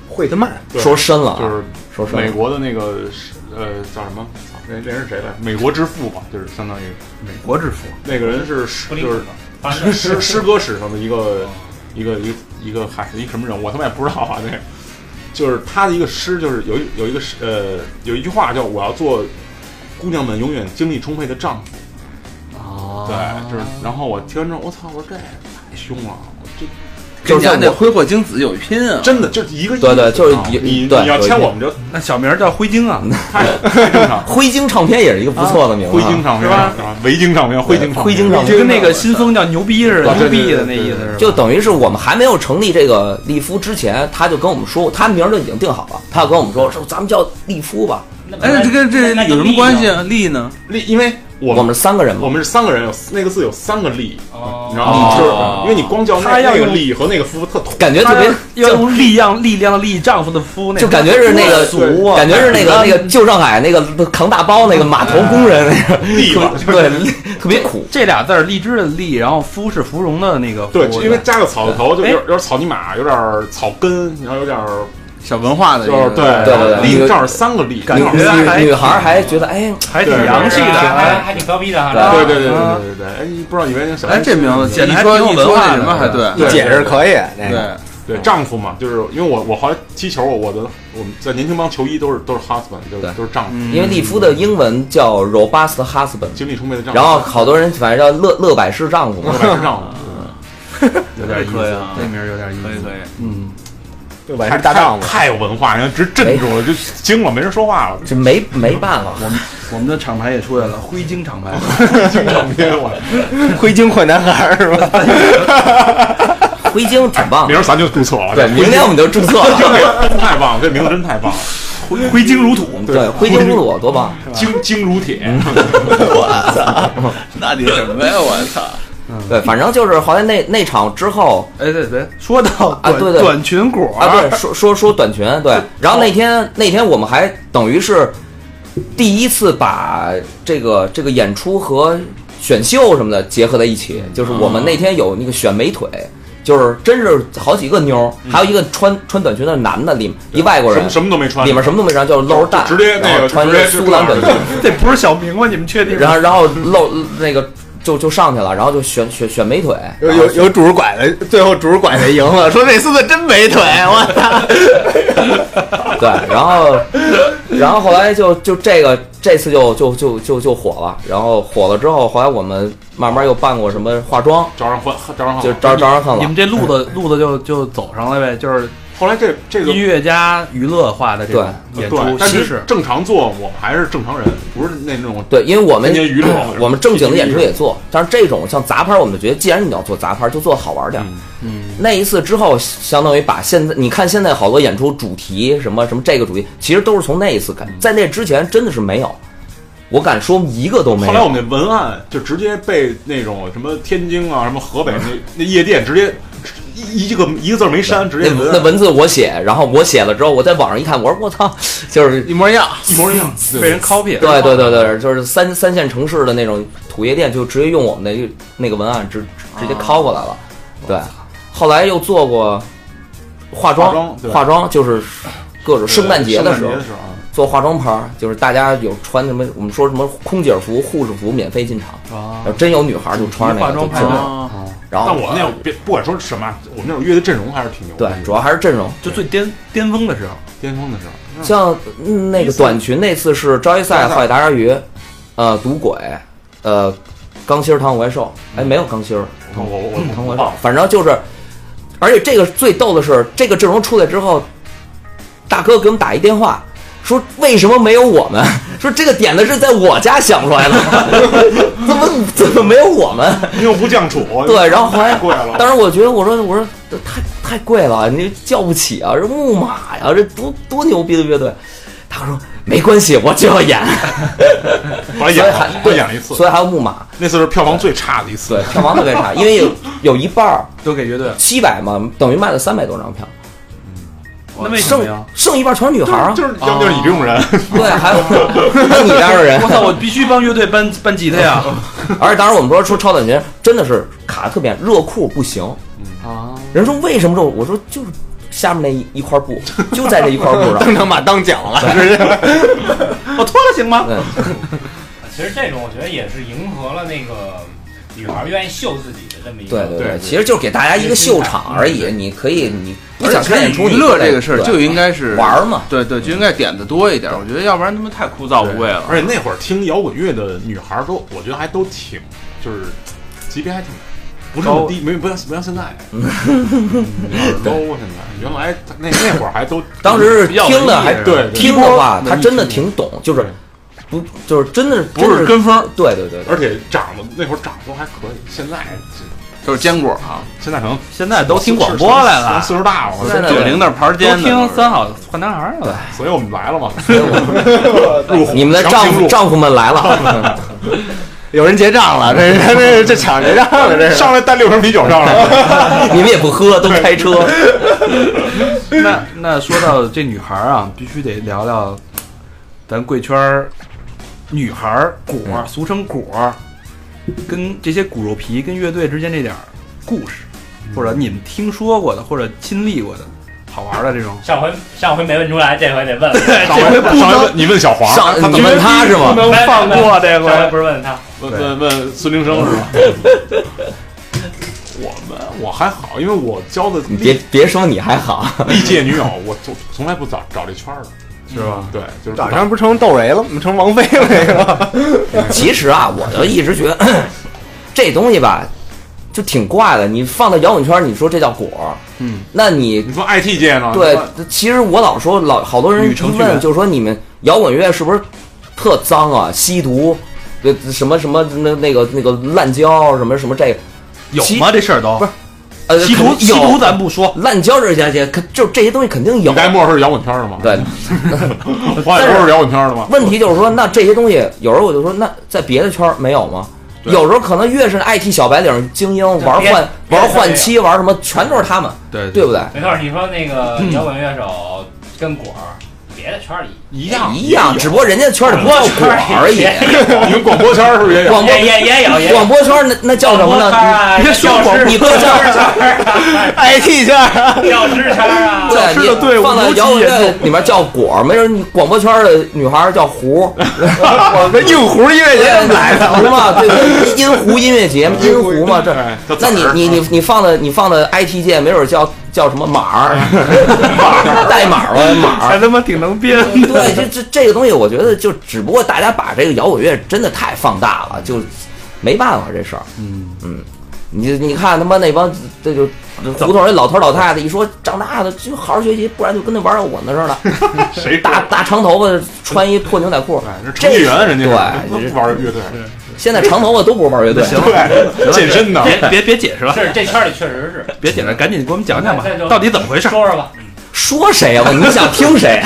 S5: 惠特曼，
S7: 对
S6: 说深了啊，
S7: 就是
S6: 说深
S7: 美
S6: 了。
S7: 国的那个是呃叫什么？操那那人是谁来着？美国之父嘛，就是相当于美
S1: 国之父，
S7: 那个人是诗
S4: 布林
S7: 就
S4: 肯
S7: 是
S4: 嘛反正
S7: 诗诗歌史上的一个一个一个一个嗨一什么人，我他妈也不知道啊。那个就是他的一个诗，就是有一有一个诗呃有一句话叫“我要做姑娘们永远精力充沛的丈夫”。对，就是，然后我听完之后，我操，我说这也太凶了，我这
S3: 跟家那挥霍精子有一拼啊！
S7: 真的就是一个意思
S6: 对对就是
S7: 啊
S6: 有
S7: 你你
S6: 对
S7: 要
S6: 有一
S7: 签
S6: 定，
S7: 我们就
S2: 那小名儿叫灰鲸啊，
S7: 太太正常
S6: 灰鲸唱片也是一个不错的名字
S7: 灰
S6: 啊，
S7: 鲸唱片是吧？维京唱片，灰鲸
S6: 灰鲸唱
S2: 就
S6: 片
S2: 跟那个新风叫牛逼似的，
S7: 对
S2: 牛
S7: 对对
S2: 逼的那意思是吧？
S6: 就等于是我们还没有成立这个利夫之前，他就跟我们说，他名儿就已经定好了，他就跟我们说，说咱们叫利夫吧。
S3: 哎，那这跟这有什么关系？啊？利呢？
S7: 力，因为我
S6: 我们是三个人嘛
S7: 我，们是三个人，有那个字有三个力，
S4: 哦
S7: 你知道吗？就是
S3: 哦
S7: 因为你光叫那
S2: 他要
S7: 那个
S2: 用
S7: 力和那个夫特同，
S6: 感觉特别
S2: 要用力量力量的力，丈夫的夫，那
S6: 就感觉是那个，
S2: 啊
S6: 感觉是那个那个旧上海那个扛大包那个码头工人 那个，
S7: 力吧，
S6: 对，特别苦。
S2: 这俩字儿荔枝的荔，然后夫是芙蓉的那个夫，
S7: 对，因为加个草字头就有
S2: 哎
S7: 有点草泥马，有点草根，然后有点
S3: 小文化的
S7: 就
S3: 这
S7: 是
S3: 个，
S7: 对
S6: 对对对
S7: 力
S6: 对
S7: 正好三个力，
S2: 感
S7: 正好
S2: 觉
S7: 三
S2: 还
S6: 女女孩还觉得哎，
S2: 还挺
S7: 对
S2: 洋气的，
S4: 还
S2: 哎
S4: 还挺高逼的哈。
S6: 对
S7: 对对对对对对对，哎，不知道以为那小
S3: 哎，这名字
S2: 显
S3: 一
S2: 得还
S3: 说
S2: 挺有
S3: 一说
S2: 文化
S3: 那
S2: 的
S3: 什么还对，
S7: 对
S5: 解释可以，那个
S3: 对，
S7: 对丈夫嘛，就是因为我我后来踢球，我我的我们在年轻帮球衣都是都是 husband，就是
S6: 对
S7: 都是丈夫，
S6: 因为利夫的英文叫 robust husband，
S7: 精力充沛的丈夫，
S6: 然后好多人反正叫乐乐百氏丈夫
S7: 我
S6: 嘛
S7: 是。丈夫，
S2: 有点意
S3: 可以
S2: 思
S3: 啊，
S2: 这名儿有点意
S3: 可以
S2: 思。
S3: 可以，
S2: 嗯，
S5: 就完事大丈夫。
S7: 太有文化，人家直镇住了，
S6: 哎
S7: 就惊了，没人说话了。
S6: 这没没办法，
S2: 我们我们的厂牌也出来了，灰鲸厂牌，
S7: 惊了，没人我
S5: 灰鲸坏男孩儿是吧？
S6: 灰鲸挺 棒
S7: 明
S6: 的。
S7: 儿咱就注册了，
S6: 对，
S7: 这
S6: 明天我们就注册了。
S7: 太棒，了，这名字真太棒了，挥挥金如土，
S6: 对，灰鲸部落多棒！
S7: 金金如铁，
S6: 嗯
S3: 那你什么呀？我操！
S2: 嗯
S6: 对，反正就是后来那那场之后
S2: 哎对对，说到
S6: 啊
S2: 短
S6: 对对
S2: 短裙果
S6: 啊，对，说说说短裙，对。然后那天那天我们还等于是第一次把这个这个演出和选秀什么的结合在一起，
S7: 嗯
S6: 就是我
S7: 啊
S6: 们那天有那个选美腿。就是真是好几个妞儿，还有一个穿穿短裙的男的，里面一外国
S7: 嗯什
S6: 人
S7: 么，什么都没穿，
S6: 里面什么都没穿，就是露着蛋，
S7: 直接那
S6: 然
S7: 个
S6: 后穿一
S7: 直接
S6: 个
S7: 就
S6: 苏格兰短裙，
S2: 这不是小明吗？你们确定吗？
S6: 然后然后露那个就就上去了，然后就选选选美腿，
S5: 有有有主儿拐的，最后主儿拐的赢了，说那孙子真没腿，我操！
S6: 对，然后，然后后来就就这个这次就就就就就火了，然后火了之后，后来我们慢慢又办过什么化妆，
S7: 招人欢，招人
S6: 就
S7: 欢。
S6: 招招人恨
S2: 你
S6: 了
S7: 嗯
S2: 们。这路子路子就就走上了呗，就是
S7: 后来这这个
S2: 音乐加娱乐化的这种演
S7: 对
S2: 出，
S7: 但
S2: 其
S7: 是
S2: 实
S7: 正常做，我们还是正常人，不是那种
S6: 对，因为我们
S7: 天天娱乐
S6: 我们正经的演出也做，但是这种像杂牌儿，我们就觉得，既然你要做杂牌儿，就做好玩儿点儿。
S7: 嗯
S6: 那一次之后，相当于把现在你看现在好多演出主题什么什么这个主题，其实都是从那一次改，在那之前真的是没有，我敢说一个都没有。
S7: 后来我们那文案就直接被那种什么天津啊、什么河北那那夜店直接一一个一个字儿没删，直接
S6: 那
S7: 文
S6: 那
S7: 案
S6: 文字我写，然后我写了之后，我在网上一看，我说我操，就是
S5: 一模一样，
S7: 一模一样，
S2: 被人 copy 了。
S6: 对对对对，就是三三线城市的
S7: 哦
S6: 那种土夜店，就直接用我们的那个文案直直接拷过来了。对，后来又做过化
S7: 化
S6: 妆，
S7: 妆对
S6: 化妆就是各种圣诞节的时候
S7: 圣诞节的时候啊
S6: 做化妆牌儿，就是大家有穿什么，我们说什么空姐服、护士服免费进场，
S7: 哦
S6: 要真有女孩儿就穿着那个就进来，
S7: 啊！
S6: 然后
S7: 但我们那会儿别不管说什么，我们那会儿乐队阵容还是挺牛的，
S6: 对，主要还是阵容。
S2: 就最巅巅峰的时候，
S7: 巅峰的时候。
S6: 像嗯那个短裙那次是招一赛、坏达人鱼，呃，赌鬼，呃，钢芯儿唐怪兽，哎，没有钢芯儿
S7: 我我
S6: 唐怪兽
S7: 我我忘了，，
S6: 反正就是，而且这个最逗的是，这个阵容出来之后，大哥给我们打一电话。说为什么没有我们？ 说这个点子是在我家想出来的， 怎么怎么没有我们？
S7: 又不降楚，
S6: 对，然后后来
S7: 太贵了，
S6: 当时我觉得，我说我说这太太贵了，你这叫不起啊，这木马呀，这多多牛逼的乐队。他说没关系，我就要演，
S7: 我
S6: 所
S7: 演
S6: 以
S7: 了
S6: 还，
S7: 我
S6: 对
S7: 演了一次，
S6: 所以还有木马，
S7: 那次是票房最差的一次
S6: 对，，票房特别差，因为有有一半儿
S2: 都给乐队了。
S6: 七百嘛，等于卖了三百多张票，
S2: 那为什么呀
S6: 剩？剩一半全是女孩儿啊，
S7: 就是要不就是你这种人，
S6: 对，还有还有你这样的人
S2: 我。操！我必须帮乐队搬搬吉他呀！
S6: 而且当时我们说说超短裙真的是卡得特别严，热裤不行。
S2: 啊，
S6: 人说为什么这？我说就是下面那一一块布，就在这一块布 上。
S5: 当场把当讲了，
S2: 我哦脱了行吗？
S6: 对，
S4: 其实这种我觉得也是迎合了那个女孩愿意秀自己的这么一
S6: 对
S4: 个。
S6: 对
S7: 对对
S6: 其实就是给大家一个秀场而已。你可以，你
S3: 嗯
S6: 不
S3: 而且
S6: 想看演出，
S3: 娱
S6: 你
S3: 乐
S6: 在
S3: 这个事儿
S6: 对
S3: 就应该是
S6: 玩儿嘛。
S3: 对对，就应该点子多一点。我觉得要不然他们太枯燥
S2: 哦
S3: 无
S2: 啊
S3: 味了。
S7: 而且那会儿听摇滚乐的女孩儿都，我觉得还都挺，就是级别还挺，不是那么低，没不像不像现在，有点 low 现在。原来那那会儿还都，
S6: 当时是听的
S2: 啊
S6: 还
S7: 对对
S6: 听的话，
S7: 文艺
S6: 他真的挺懂，就是
S7: 对
S6: 不就是真的
S3: 不是跟风，呃
S6: 对对对对，
S7: 而且长得那会儿长得都还可以，现在
S3: 就是坚果啊，
S7: 现在可能
S2: 现在都听广播来
S7: 可能
S2: 了，
S7: 岁数大了，
S6: 现在
S3: 九零那盘儿
S2: 都
S3: 尖的
S2: 听三好坏男孩了。
S7: 所以我们来了嘛，
S6: 你们的丈夫丈夫们 来了，
S5: 有人结账了，这这这这抢结账了，这是
S7: 上来带六瓶啤酒上 来，
S6: 你们也不喝，都开车。
S2: 那那说到这女孩儿啊，必须得聊聊咱贵圈儿女孩儿果儿，俗称果儿，跟这些骨肉皮跟乐队之间这点儿故事，或者你们听说过的或者亲历过的好玩儿的这种。
S4: 上回上回没问出来，这回得问了。
S7: 上回上回问你问小黄，
S6: 上你问他是吗？
S4: 能放过这回，上回不是问他，
S7: 问问问孙铃声是吧？ 我们我还好，因为我交的
S6: 你别
S7: 历
S6: 别说你还好，
S7: 历届女友，我从从来不找找这圈儿的，是
S2: 嗯
S7: 吧？对，就是
S5: 早上不成窦唯了吗？成王菲了吗？
S6: 其实啊，我就一直觉得 这东西吧，就挺怪的。你放到摇滚圈儿，你说这叫果儿，
S2: 嗯，
S6: 那你
S7: 你说 IT 界呢？
S6: 对，其实我老说老好多人
S2: 啊女程
S6: 一
S2: 序员
S6: 问，就说你们摇滚乐是不是特脏啊？吸毒，呃，什么什么那那个那个滥交什么什么这个，
S2: 有
S6: 吸
S2: 吗？这事儿都
S6: 不是呃，
S2: 吸毒
S6: 肯
S2: 吸毒
S6: 有
S2: 咱不说，
S6: 滥交这些些，肯就这些东西肯定有
S7: 你。戴墨是摇滚圈的吗？，
S2: 啊
S6: 对，
S7: 黄海波是摇滚圈的吗？
S6: 问题就是说，那这些东西有时候我就说，那在别的圈儿没有吗？
S7: 对
S6: 有时候可能越是 IT 小白领精英玩
S4: 别
S6: 换
S4: 别别
S6: 玩换妻玩什么，全都是他们，
S2: 对
S6: 对不对？
S4: 没错，你说那个摇滚乐手跟果儿，别的圈儿里
S7: 一样
S6: 一样，只不过人家圈里不
S4: 播
S6: 叫果而已。
S7: 你们广播圈是不是也有？
S6: 广播
S4: 也也也有，也有
S6: 广播圈那那叫什么呢？
S4: 啊，
S2: 别说
S4: 教师
S6: 你不叫
S5: ，IT 圈儿
S4: 教师圈儿啊，
S6: 对，你放到摇滚乐里面叫果，没准你广播圈的女孩叫胡，
S5: 我们硬核音乐节怎么来的？
S6: 胡嘛， 对对，音胡音乐节，音胡嘛，这。
S5: 哎
S7: 对，这
S6: 那你
S7: 词儿
S6: 你你你放的你放的 IT 界，没准叫叫什么码 儿，代码吧码
S2: 还
S6: 儿。
S2: 他妈挺能 编。
S6: 对，这这这个东西，我觉得就只不过大家把这个摇滚乐真的太放大了，就没办法这事儿。
S2: 嗯，
S6: 你你看他妈那帮这就胡同里老头老太太一说长大的就好好学习，不然就跟那玩我那似的，
S7: 谁
S6: 大大长头发穿一破牛仔裤。
S7: 对，是程序员，啊人家
S6: 对这
S7: 是玩乐队，
S6: 现在长头发都不是玩乐队，
S5: 哎
S7: 对，健身的。
S2: 别别别解释了，
S4: 是这圈儿里确实是。
S2: 别解释了，赶紧给我们讲讲吧
S4: 再，说
S2: 到底怎么回事？
S4: 说说吧，
S6: 说谁呀、你想听谁？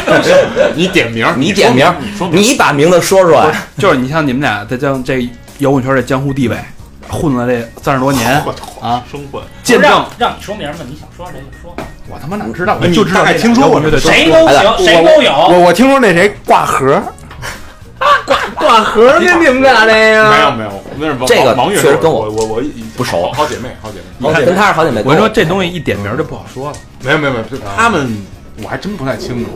S7: 你点名，
S6: 你点名，
S7: 你说
S6: 你把名字说出来。
S2: 就是你像你们俩在江这摇滚圈的江湖地位，混了这三十多年，
S7: 啊，生混。
S2: 见证
S4: 让让你说名吧，你想说谁就说，
S2: 我他妈哪知道？
S7: 你
S2: 哎就知道
S7: 大概听说过
S2: 这
S7: 这
S2: 个
S7: 个
S2: 乐队
S4: 谁都
S6: 哎呀
S4: 行，谁都有。
S5: 我我听说那谁挂盒，断盒儿跟你们俩那个，
S7: 没有没有，那是王
S6: 哎这个
S7: 王月
S6: 确实跟我
S7: 我我我一
S6: 不熟
S7: 好好姐妹好姐妹，
S6: 我跟他是好姐妹。
S2: 我跟你说这哎东西一点名儿就不好说了，
S7: 没有没有没有，
S6: 啊
S7: 就他们我还真不太清楚，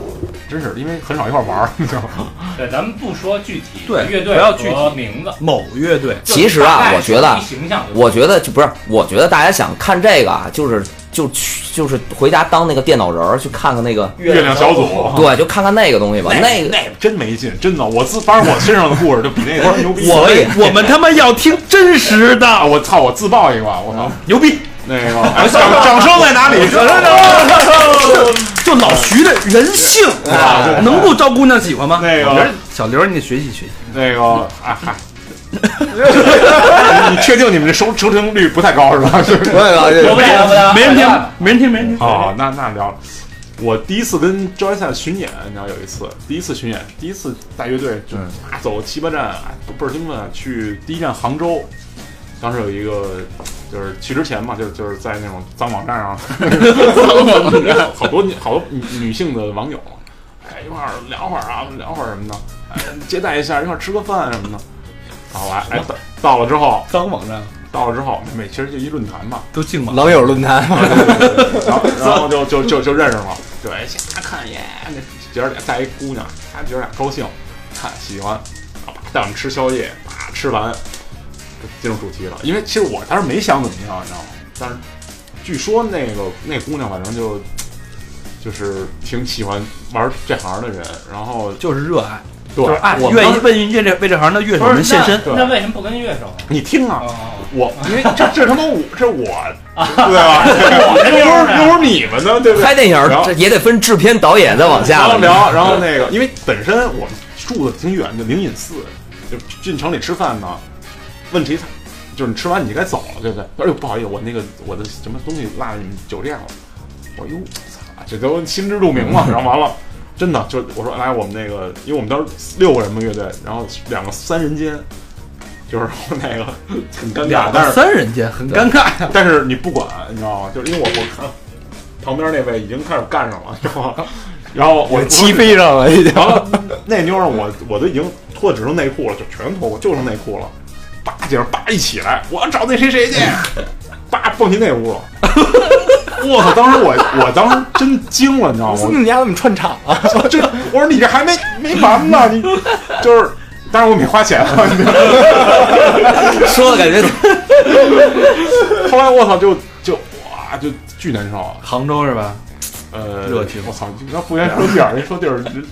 S7: 真是因为很少一块玩儿， 你知道吗？
S4: 对，咱们不说具体
S2: 对
S4: 乐队
S2: 不要具体
S4: 和名字，
S2: 某乐队
S6: 其实啊
S4: 就大概
S6: 我觉得
S4: 是一形象就行
S6: 我觉得就不是，我觉得大家想看这个啊，就是就去就是回家当那个电脑人儿去看看那个，
S7: 月亮小组
S6: 对，就看看那个东西吧。那个
S7: 那真没劲，真的，我自反正我身上的故事就比那个牛逼。
S2: 我们哎我们他妈要听真实
S7: 啊，
S2: 的，
S7: 我操，我自爆一个吧，
S6: 嗯
S7: 我操，
S2: 牛逼！
S7: 那个哎掌掌声在哪里？掌声
S2: 就老徐的人性啊，能不招姑娘喜欢吗？
S7: 那个
S2: 我觉得小刘，你得学习学习。
S7: 那个啊 嗨。你确定你们这收收听率不太高是吧？就是
S5: 我也老
S4: 我不
S5: 这
S4: 聊，我不聊，
S2: 没人听，没人听，没人听。
S7: 哦，那那聊了。我第一次跟赵一赛巡演，你知道有一次，第一次巡演，第一次带乐队就啊走七八站，哎倍儿兴奋。去第一站杭州，当时有一个就是去之前嘛，就就是在那种脏网站上， 脏网站好多女好多女女性的网友，哎一块儿聊会儿啊，聊会儿什么的，哎接待一下，一块儿吃个饭什么的。好吧，哎到到了之后，
S2: 脏网站
S7: 到了之后，每其实就一论坛嘛，
S2: 都净网，
S5: 网友论 坛，
S7: 然后然后就就就就认识了，对，瞎看耶，哎那姐儿俩带一姑娘，他姐儿俩高兴，看喜欢，然后啪带我们吃宵夜，啪吃完，就进入主题了。因为其实我当时没想怎么样，你知道吗？但是据说那个那姑娘反正就就是挺喜欢玩这行的人，然后
S2: 就是热爱，
S7: 对，
S2: 就是爱，
S7: 我
S2: 愿
S7: 当
S2: 意
S7: 时
S2: 为为这为这行的乐手
S4: 不
S2: 们
S4: 是
S2: 献身。
S7: 对
S4: 那为什么不跟乐手呢？
S7: 你听啊，
S4: 哦，
S7: 我因为这这他妈我这我对 吧？
S4: 的地儿呢
S7: 又不是又不是你们的，对不对？
S6: 拍电影
S7: 然
S6: 儿
S7: 后
S6: 这也得分制片导演再往下
S7: 然后
S6: 了。
S7: 聊，然后那个，因为本身我们住的挺远，就灵隐寺，就进城里吃饭呢。问题他就是你吃完你就该走了，对不对？哎呦，不好意思，我那个我的什么东西落在你们酒店了。我说哟，操，这都心知肚明嘛。然后完了，真的就我说来我们那个，因为我们当时六个人嘛乐队，然后两个三人间，就是我那个很尴尬，但是
S2: 三人间很尴尬呀，
S7: 但是你不管，你知道吗？就是因为我我看旁边那位已经开始干上了，你知道吗？然后我
S5: 七飞上了 已经。
S7: 完了，那妞儿我我都已经脱只剩内裤了，就全脱过，就剩内裤了。叭，姐儿叭一起来，我要找那谁谁去，叭蹦进那屋了。我操！当时我我当时真惊了，你知道吗？我
S5: 你家怎么串场啊？
S7: 这我说你这还没没完呢，你就是，但是我没花钱啊。你知道吗
S6: 说的感觉
S7: 后来我操就就哇就巨难受啊。
S2: 杭州是吧？
S7: 呃，
S2: 热情
S7: 我操！你要不愿意说地儿，人说地儿，人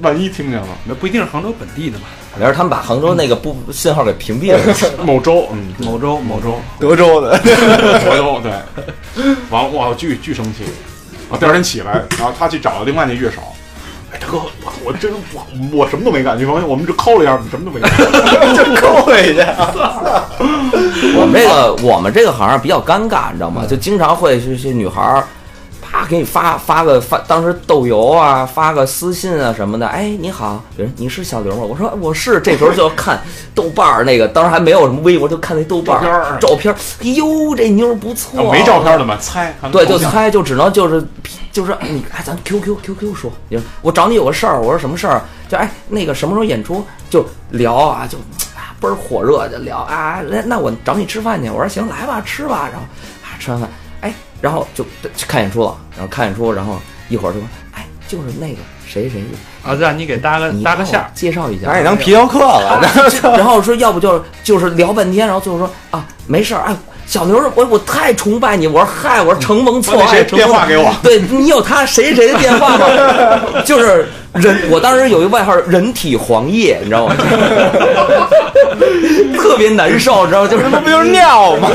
S7: 万一听见了，
S2: 那不一定是杭州本地的吧？
S6: 没事，他们把杭州那个不信号给屏蔽了。
S7: 某州，嗯，
S2: 某州，某州，
S5: 德州的，
S7: 活动，对，完了，我巨巨生气。我第二天起来，然后他去找另外那乐手，哎，大哥，我我真我我什么都没干，你放心，我们就抠了一下，什么都 没干。
S5: 就扣了一下。
S6: 我们这个我们这个行比较尴尬，你知道吗？就经常会是这女孩儿，啪给你发发个发，当时豆油啊，发个私信啊什么的。哎，你好，有人你是小刘吗？我说我是。这时候就要看豆瓣儿那个，当时还没有什么微博，就看那豆瓣儿啊照片儿。哎呦，这妞儿不错，
S7: 没照。片的嘛，猜，看
S6: 对，就
S7: 头像
S6: 猜，就只能就是就是你哎，咱 QQ QQ 说，你说我找你有个事儿，我说什么事儿？就哎那个什么时候演出？就聊啊，就啊倍儿火热，就聊啊，那那我找你吃饭去。我说行，来吧，吃吧。然后啊吃完饭，哎，然后就去看演出了，然后看演出，然后一会儿就说哎，就是那个谁谁，
S2: 啊，让你给搭个
S6: 你
S2: 搭个
S6: 帮我
S2: 线儿。
S6: 介绍一下，啊
S5: 把你当皮条客了，
S6: 然后说要不就是就是聊半天，然后最后说啊没事儿，哎，小刘我我太崇拜你，我说嗨，我说承蒙错
S7: 把那谁
S6: 爱，承蒙
S7: 电话给我
S6: 对你有他谁谁的电话吗？ 就是人，我当时有一外号人体黄页，你知道吗？ 特别难受，你知道吗？就是
S5: 那不就是尿吗？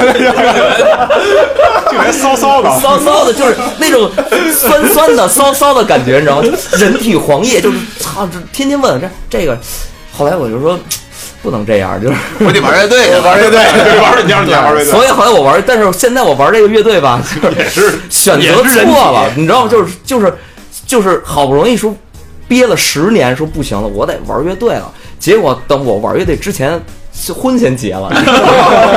S7: 就来骚骚的，
S6: 骚骚的，就是那种酸酸的、骚骚的感觉，你知道吗？人体黄页，就是操，这天天问这这个。后来我就说，不能这样，就是。
S5: 我得玩乐队，啊玩乐队。
S7: 对，玩儿你让你玩儿
S6: 所以后来我玩，但是现在我玩这个乐队吧，就是
S7: 也是
S6: 选择错了，你知道吗？就是就是就是好不容易说憋了十年，说不行了，我得玩乐队了。结果等我玩乐队之前，是婚先结了，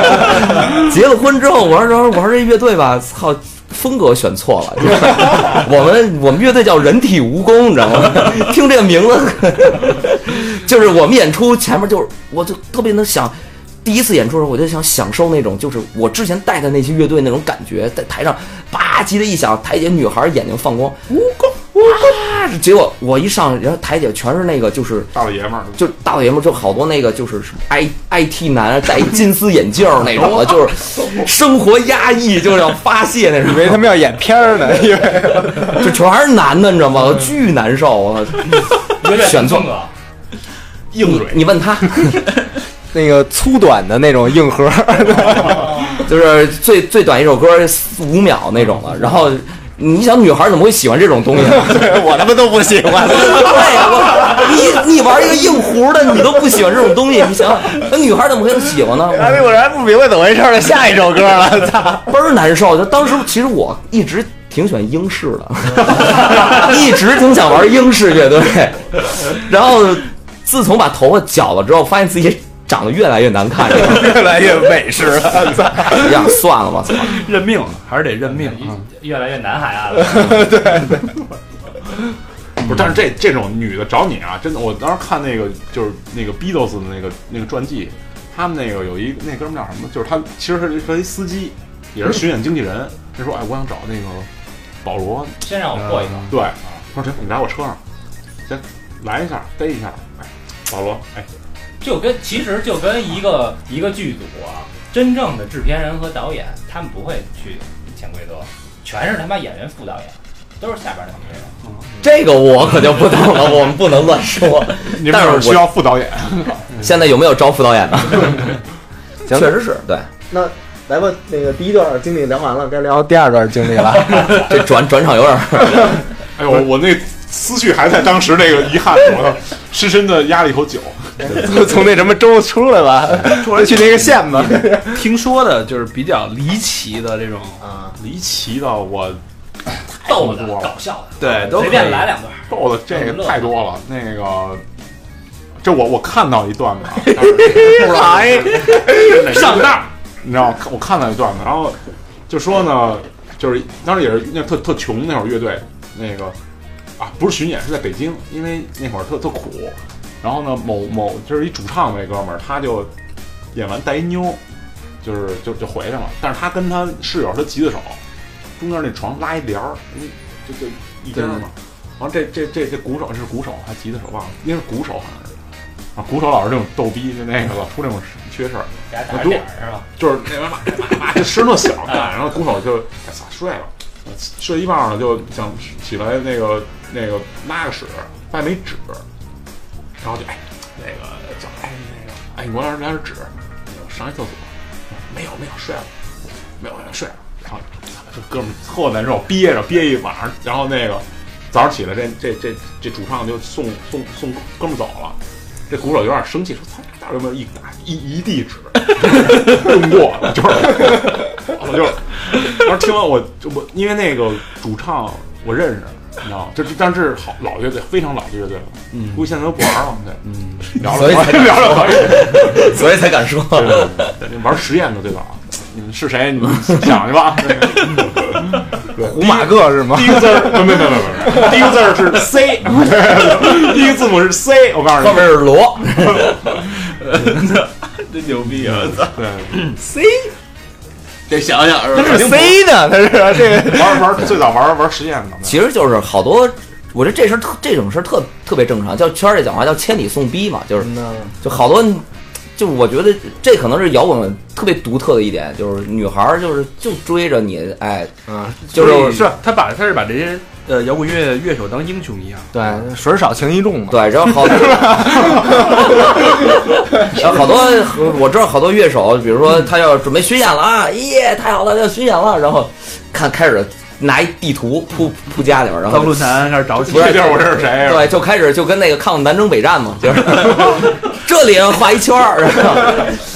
S6: 结了婚之后，我说玩这乐队吧，操。风格选错了， 就是我们我们乐队叫人体蜈蚣，你知道吗？听这个名字，就是我们演出前面就是，我就特别能想，第一次演出的时候我就想享受那种，就是我之前带的那些乐队那种感觉，在台上吧唧的一响，台姐女孩眼睛放光，呜光呜光，结果我一上，然后台姐全是那个就是
S7: 大老爷们儿，
S6: 就大老爷们儿就好多那个就是什么 I I T 男啊戴金丝眼镜儿那种的，就是生活压抑就是要发泄那
S5: 以
S6: 种，
S5: 为他们要演片儿呢，以为
S6: 就全是男的，你知道吗？巨难受，我选错
S4: 了，
S6: 硬你你问他，
S5: 那个粗短的那种硬核，
S6: 就是最最短一首歌四五秒那种的，然后。你想女孩怎么会喜欢这种东西呢？
S5: 我他妈都不喜欢。
S6: 对，我你你玩一个硬核的，你都不喜欢这种东西，你想想，那女孩怎么会喜欢呢？
S5: 哎，我这还不明白怎么回事了， 下一首歌了，操！
S6: 倍儿难受。就当时其实我一直挺喜欢英式的， 一直挺想玩英式乐队。然后自从把头发绞了之后，发现自己长得越来越难看，
S5: 越来越美式了，操！
S6: 呀，算了吧， 操！
S2: 认命还是得认命啊。
S4: 越来越啊南海岸了。
S7: 不是，但是这这种女的找你啊，真的，我当时看那个就是那个 Beatles 的那个那个传记，他们那个有一那哥们叫什么，就是他其实是是一司机，也是巡演经纪人。他说：“哎，我想找那个保罗，
S4: 先让我过一个，
S7: 对，他说行，你来我车上，先来一下，逮一下。哎，保罗，哎，
S4: 就跟其实就跟一个一个剧组啊，真正的制片人和导演，他们不会去潜规则，全是他妈演员副导演，都是下边两个人。
S6: 这个我可就不懂了，我们不能乱说。
S7: 你们
S6: 但是
S7: 有
S6: 我
S7: 需要副导演，
S6: 现在有没有招副导演的？
S5: 行
S6: 确实是对，
S5: 那来吧，那个第一段经历聊完了，该聊第二段经 历了。
S6: 这转转场有点儿。
S7: 哎呦，我我那思绪还在当时那个遗憾里，我深深的压了一口酒。
S5: 从那什么州出来吧，去那个县吧。
S2: 听说的就是比较离奇的这种，
S5: 啊，
S7: 离奇的我
S4: 逗的、
S7: 多了
S4: 搞笑的，
S2: 对，都
S4: 随便来两段。
S7: 逗的这个太多了，那个。这我我看到一段子啊，当时不知道是哪个
S2: 上当，
S7: 你知道，我看到一段子，然后就说呢，就是当时也是那特特穷那会儿乐队，那个啊不是巡演是在北京，因为那会儿特特苦，然后呢某某就是一主唱那哥们儿，他就演完带一妞，就是就就回去了，但是他跟他室友他吉他手，中间那床拉一帘儿，嗯就就一间儿嘛，然后这这这这鼓手这是鼓手还是吉他手忘了，应该是鼓手好像是，啊鼓手老是这种逗逼就那个老出这种缺事儿。
S4: 给他打个点儿是吧？
S7: 就是那边叭叭叭，声儿特小，然后鼓手就哎操睡了，睡一半儿呢就想起来那个那个拉个屎，发现没纸，然后就哎那个叫哎那个哎你给我来来点纸，那个上一厕所，没有没有睡了，没有没有睡了，然后操这哥们儿特难受，憋着憋一晚上，然后那个早上起来这这这这主唱就送送送哥们儿走了。这鼓手有点生气，说：“操，大哥们一打一一地址，用过了，就是，我就是，当时听完我就我因为那个主唱我认识，你知道吗？这但是好老乐队，非常老的乐队了，嗯，估计现在都不玩了，对，嗯，聊
S6: 所以
S7: 聊
S6: 才
S7: 聊聊可 以，
S6: 所以才敢说。
S7: 对玩实验的最早，你们是谁？你们想去吧。对
S5: 胡马个是吗
S7: 第？一个字儿，没没没没没，第一个字儿是 C，第一个字母是 C，我告诉你
S6: 后，面是罗，
S2: 真牛逼啊！
S7: 对，
S3: 得想想是
S5: 他
S3: 吧？
S5: 是 C 呢， 他是这个
S7: 玩玩最早玩玩实验的，
S6: 其实就是好多，我觉得这事儿特这种事儿特特别正常，叫圈儿里讲话叫千里送逼嘛，就是就好多，就我觉得这可能是摇滚特别独特的一点，就是女孩儿就是就追着你，哎，
S5: 啊，
S6: 就是
S2: 是他把他是把这些呃摇滚乐乐手当英雄一样，
S5: 对，水少情意重嘛。
S6: 对，然后好，然后好多我知道好多乐手，比如说他要准备巡演了啊，耶，太好了，要巡演了，然后看开始拿一地图铺铺家里边儿，然
S2: 到
S6: 后
S2: 论坛开始找起
S6: 不，是
S7: 这地儿我认识谁？
S6: 对，就开始就跟那个抗南征北战嘛，就是 这里画一圈儿，然后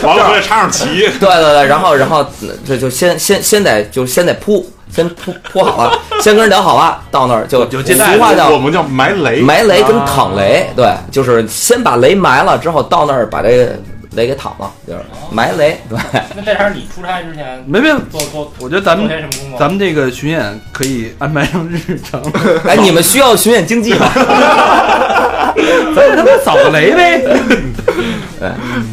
S7: 完了回来插上旗，
S6: 对对对，然后然后这就先先先得就先得铺，先铺铺好了，先跟人聊好了，到那儿就
S2: 就接待
S6: 俗话
S7: 我
S6: 叫
S7: 们叫埋雷，啊
S6: 埋雷跟躺雷，对，就是先把雷埋了之后，到那儿把这雷给躺了，就是
S7: 哦
S6: 埋雷。 对，
S4: 那这还是你出差之前
S2: 没没有，
S4: 做做
S2: 我觉得咱
S4: 做
S2: 们
S4: 些什么工作？
S2: 咱们这个巡演可以安排上日程，
S6: 哎，你们需要巡演经济吗？
S2: 咱他妈 扫个雷呗。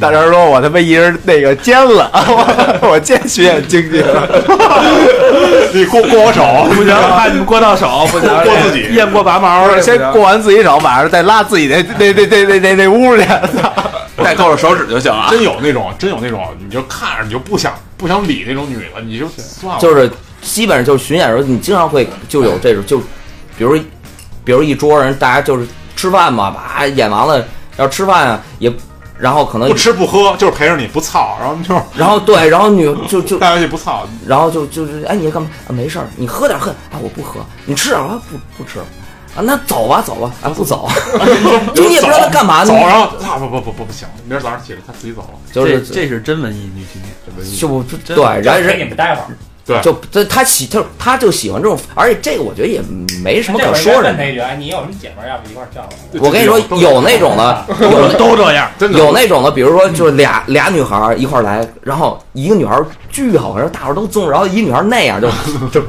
S5: 大成说：“我他妈一人那个奸了， 我我奸巡演经济了。
S7: 你过过我手，
S2: 不行，怕你们过到 手，不行，
S7: 过自己
S2: 雁过拔毛，这不
S5: 先
S2: 行
S5: 过完自己手，晚上再拉自己那那那那那那那屋去。
S3: 带够了手指就行了。
S7: 真有那种，真有那种，你就看着你就不想不想理那种女的，你就算了。
S6: 就是基本上就是巡演的时候，你经常会就有这种，就比如比如一桌人，大家就是吃饭嘛，吧，演完了要吃饭啊，也然后可能
S7: 不吃不喝，就是陪着你不操，然后就是
S6: 然后对，然后女就就
S7: 带回去 不操，
S6: 然后就就是哎，你干嘛啊？没事儿，你喝点儿喝啊，我不喝。你吃点儿啊，不不吃。啊，那走吧，走吧，啊，不 走，就你也不知道他干嘛呢
S7: 走，，啊然后操不不不不不行，明儿早上起来他自己走了，
S6: 就
S2: 这
S6: 是
S2: 这是真文艺女青年，
S7: 这文艺
S6: 就不就
S2: 真
S6: 对，然后
S4: 给你
S6: 人
S4: 们待会儿。
S6: 就他他喜他他就喜欢这种，而且这个我觉得也没什么
S4: 这
S6: 可
S4: 会儿应该
S6: 说的
S4: 问。他一句，哎，你有什么姐们儿？要不一块儿叫来？
S6: 我跟你说，有那种的，有那
S2: 都这样。
S7: 真的
S6: 有那种的，比如说就是俩俩女孩儿一块儿来，然后一个女孩儿巨好看，大伙儿都纵容，然后一女孩儿那样就就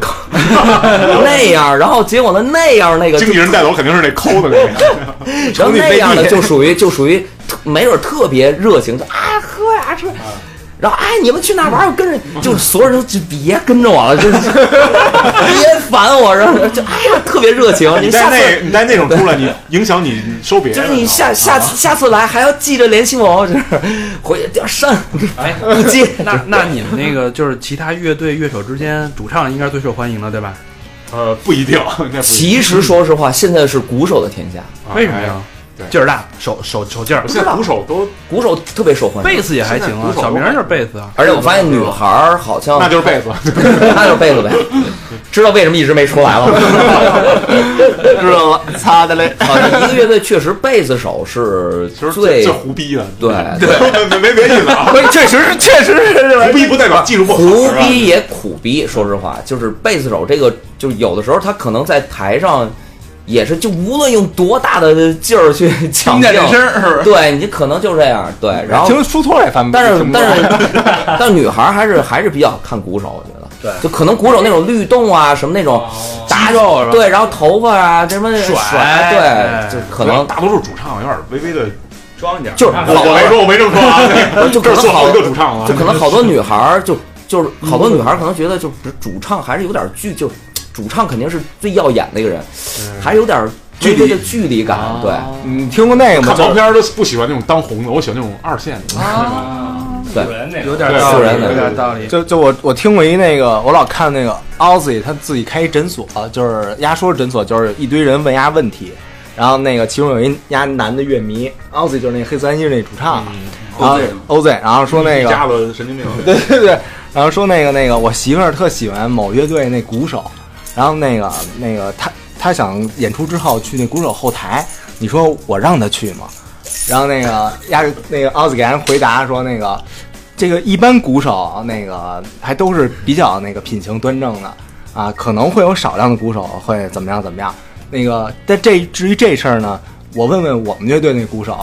S6: 那样，然后结果呢那样 那个就
S7: 经纪人带走肯定是那抠的那个，
S6: 然后
S5: 成你
S6: 那
S5: 内
S6: 样的
S5: 地
S6: 就属于就属于特没准儿特别热情，就啊喝呀、吃，然后哎你们去那儿玩儿，我跟着，就是所有人都就别跟着我了，就是别烦我，然后就哎呀特别热情，
S7: 你
S6: 你下
S7: 带那
S6: 次。
S7: 你带那种出来，你影响你你收别
S6: 就
S7: 人
S6: 是
S7: 的。
S6: 你下下次下次来还要记着联系我，就是回去掉删
S2: 哎，
S6: 不接。
S2: 那那你们那个就是其他乐队乐手之间，主唱应该是最受欢迎的，对吧？
S7: 呃不一定，那不一定
S6: 其实说实话，现在是鼓手的天下，
S7: 啊
S2: 为什么
S7: 哎
S2: 呀？
S7: 对
S2: 劲儿大，手手手劲儿
S7: 我。现在鼓手都
S6: 鼓手特别受欢
S2: 贝
S6: 迎。
S2: 斯也还行
S7: 现在
S2: 啊，
S7: 鼓手
S2: 小明儿就是贝斯啊。
S6: 而且我发现女孩儿好像
S7: 那就是贝斯，
S6: 那就是贝斯呗，知道为什么一直没出来了吗？
S5: 知道了，擦的 嘞。
S6: 好像一啊个乐队确实贝斯手是
S7: 其实
S6: 最
S7: 最胡逼的。
S6: 对
S7: 对，没没别意思啊，
S5: 不是，确实是确实是
S7: 胡逼不代表技术不好，
S6: 胡
S7: 是吧
S6: 逼也苦逼。说实话，就是贝斯手这个，就是有的时候他可能在台上也是，就无论用多大的劲儿去抢
S3: 听见这
S6: 镜
S3: 声儿是不是？
S6: 对你可能就这样。对，然后
S5: 听出错也犯不
S6: 但是
S5: 听不懂
S6: 但是但是女孩还是还是比较看鼓手，我觉得对，就可能鼓手那种律动啊，什么那种
S4: 哦
S6: 打
S2: 肌肉是吧
S6: 对，然后头发啊，这什么
S2: 甩哎
S6: 对，就可能
S7: 大多数主唱有点微微的，
S2: 装一点
S6: 就是
S7: 我
S6: 老
S7: 我没说我没这么 说啊，
S6: 呃就
S7: 这
S6: 可
S7: 儿
S6: 能
S7: 坐好
S6: 好
S7: 几个主唱了
S6: 就，可能好多女孩儿就就是好多女孩儿可能觉得就不是主唱还是有点距，就主唱肯定是最耀眼的一个人，还是有点距离的距离感，对。
S5: 你听过那个吗
S7: 看？毛片儿都不喜欢那种当红的，我喜欢那种二线的。
S6: 对
S4: 古人那
S2: 有
S4: 种
S2: 点
S7: 对
S2: 道理，
S6: 是的
S2: 有点道理。
S5: 就就我我听过一那个，我老看那个 Ozzy，他自己开一诊所，就是丫说诊所，就是一堆人问丫问题，然后那个其中有一丫男的乐迷，Ozzy 就是那黑色安息日那主唱，
S2: 嗯
S5: 然后 Ozzy，然后说那
S7: 一
S5: 个
S7: 家子神经病，
S5: 对对对，然后说那个那个，我媳妇儿特喜欢某乐队那鼓手，然后那个那个她她想演出之后去那鼓手后台，你说我让她去吗？然后那个压那个奥斯给人回答说那个这个一般鼓手啊那个还都是比较那个品行端正的啊，可能会有少量的鼓手会怎么样怎么样。那个但这至于这事儿呢，我问问我们乐队那鼓手。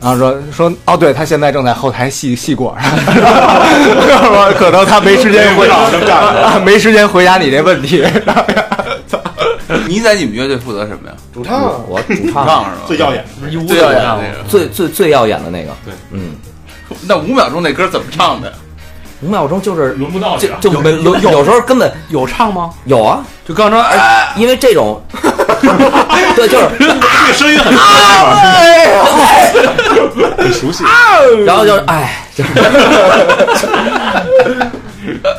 S5: 然后说说哦，对他现在正在后台系系 果，可能他没时间回
S7: 这么干
S5: 答，没时间回答你这问题。
S3: 你在你们乐队负责什么呀？
S5: 主
S6: 我主
S3: 主
S6: 唱
S3: 唱是吧？啊
S7: 最耀眼。
S2: 一屋
S3: 最
S2: 子
S3: 耀眼
S2: 上
S3: 那个。
S6: 最最最耀眼的那个，
S7: 对，
S6: 嗯，
S3: 啊那五秒钟那歌怎么唱的？
S6: 五秒钟就是
S4: 轮不到你
S6: 就
S4: 了。
S6: 就没有有时候根本
S2: 有唱吗？
S6: 有啊，
S2: 就刚才哎，
S6: 因为这种，对，就是
S7: 这个声音很熟
S6: 啊
S7: 悉吧，很熟悉，
S6: 然后就是哎，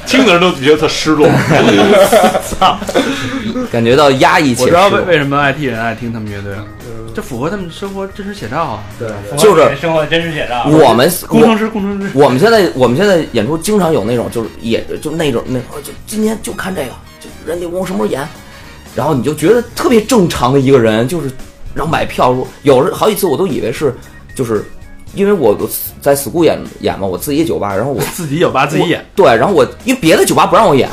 S7: 听的人都觉得特 失落。
S6: 感觉到压抑且
S2: 我知道
S6: 失
S2: 为
S6: 落
S2: 为什么 IT 人爱听他们乐队了，这符合他们生活真实写照啊。
S6: 就是
S4: 生活的真实写照。
S6: 我们
S2: 工
S6: 我
S2: 程师，工程师，
S6: 我们现在我们现在演出经常有那种就是也就那种那就今天就看这个，就人家我什么时候演，然后你就觉得特别正常的一个人，就是然后买票入，有时好几次我都以为是就是因为我在 school 演演嘛，我自己酒吧，然后我
S2: 自己有吧自己演，
S6: 对，然后我因为别的酒吧不让 我演，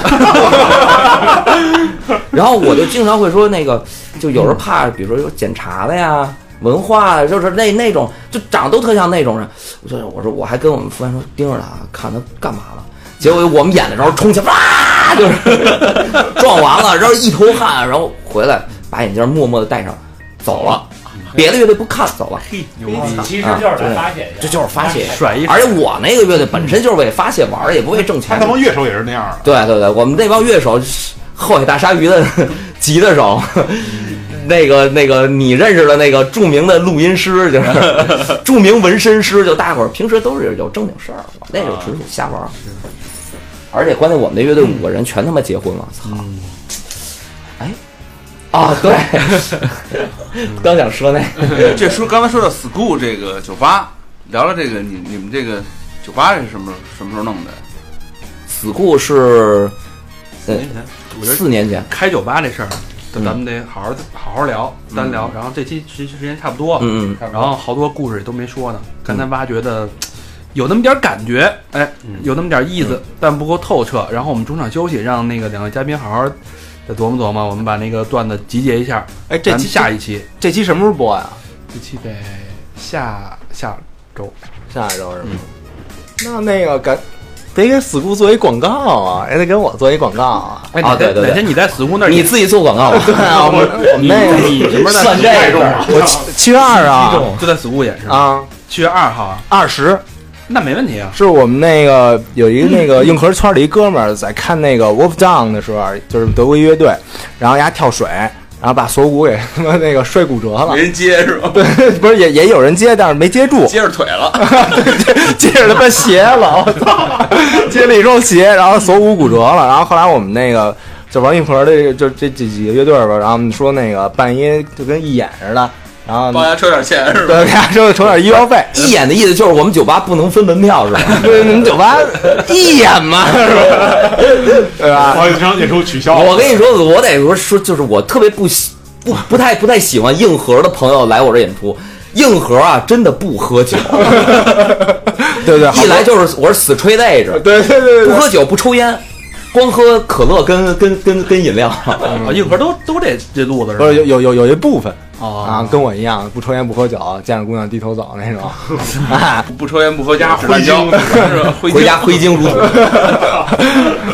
S6: 然后我就经常会说那个，就有时候怕，比如说有检查的呀，文化，啊就是那那种就长得都特像那种人。我就我说我还跟我们服务员说盯着他，看他干嘛呢？结果我们演的时候冲起来，哇，就是 撞完了，然后一头汗，然后回来把眼镜默默的戴上，走了。
S2: 嗯
S6: 别的乐队不看，走了。
S4: 你其实就是来发泄一下，
S6: 这就是发泄
S2: 甩一
S6: 而且我那个乐队本身就是为发泄玩儿，也不为挣
S7: 他
S6: 钱
S7: 他。妈乐手也是那样的，
S6: 对对对，我们那帮乐手，后海大鲨鱼的 吉他手， 那个那个你认识的那个著名的录音师，就是 著名纹身师，就大伙儿平时都是有正经事儿，我那就只是瞎玩儿。而且关键我们那乐队五个人全他妈结婚了，操！
S2: 嗯
S6: 哎，啊对， 刚想说那个
S3: 这说刚才说到 school 这个酒吧，聊聊这个你你们这个酒吧是什么时候什么时候弄的？
S6: 死固是
S2: 四年前，我觉得
S6: 四年前，
S2: 开酒吧这事儿，咱
S6: 嗯
S2: 咱们得好好好好聊，单聊。然后这期时时间差不多，
S6: 嗯嗯，
S2: 然后好多故事也都没说呢。刚才挖掘的有那么点儿感觉，哎，有那么点儿意思，但不够透彻。然后我们中场休息，让那个两位嘉宾好好再琢磨琢磨，我们把那个段子集结一下。
S5: 哎，这
S2: 咱
S5: 期
S2: 下一期，
S5: 这期什么时候播呀？
S2: 这期得下下周。
S5: 下一周是吗？那那个赶得给 school 做一广告啊，也得给我做一广告啊。
S2: 哎，
S6: 啊
S2: 哪天
S6: 对对对
S2: 哪天你在死库那儿
S6: 嗯你自己做广告 吧，
S5: 对啊，我们我们那个
S2: 你什么时候在
S6: 算这
S7: 太重
S6: 个。
S7: 了。
S5: 我七七月二啊
S2: 啊就在死库演是吧？
S5: 啊
S2: 七月二号啊，
S5: 二十
S2: 那没问题啊。
S5: 是我们那个有一个那个硬核圈里一哥们儿在看那个 Wolf Down 的时候，就是德国一乐队，然后人家跳水，然后把锁骨给 他妈那个摔骨折了
S3: 没，人接是吧？
S5: 不是也也有人接，但是没接住，
S3: 接着腿了，
S5: 接着他妈鞋了，我操！ 接了一双鞋，然后锁骨骨折了。然后后来我们那个就玩硬核的这，就这这几个乐队吧，然后我们说那个办一就跟义演似的，然后
S3: 帮人家抽点钱是吧？
S5: 对，给他说筹点医 药费。
S6: 一眼的意思就是我们酒吧不能分门票是吧？
S5: 对，你们酒吧义演嘛，是吧？对吧？
S7: 好几场演出取消了。
S6: 我跟你说，我得说说，就是我特别不喜不不太不太喜欢硬核的朋友来我这演出。硬核啊，真的不喝酒，
S5: 对对，好
S6: 一来就是我是死吹那着，
S5: 对对对
S6: 不
S5: 对，
S6: 喝酒不抽烟，光喝可乐跟跟跟跟饮料。
S2: 啊，硬核都都这这路子是吧？
S5: 不是有有有有一部分
S2: 啊
S5: 啊，跟我一样不抽烟不喝酒，见着姑娘低头走那 种。啊，
S3: 不抽烟不喝酒，
S7: 家
S3: 只辣椒是吧？回
S6: 回家挥 金如土。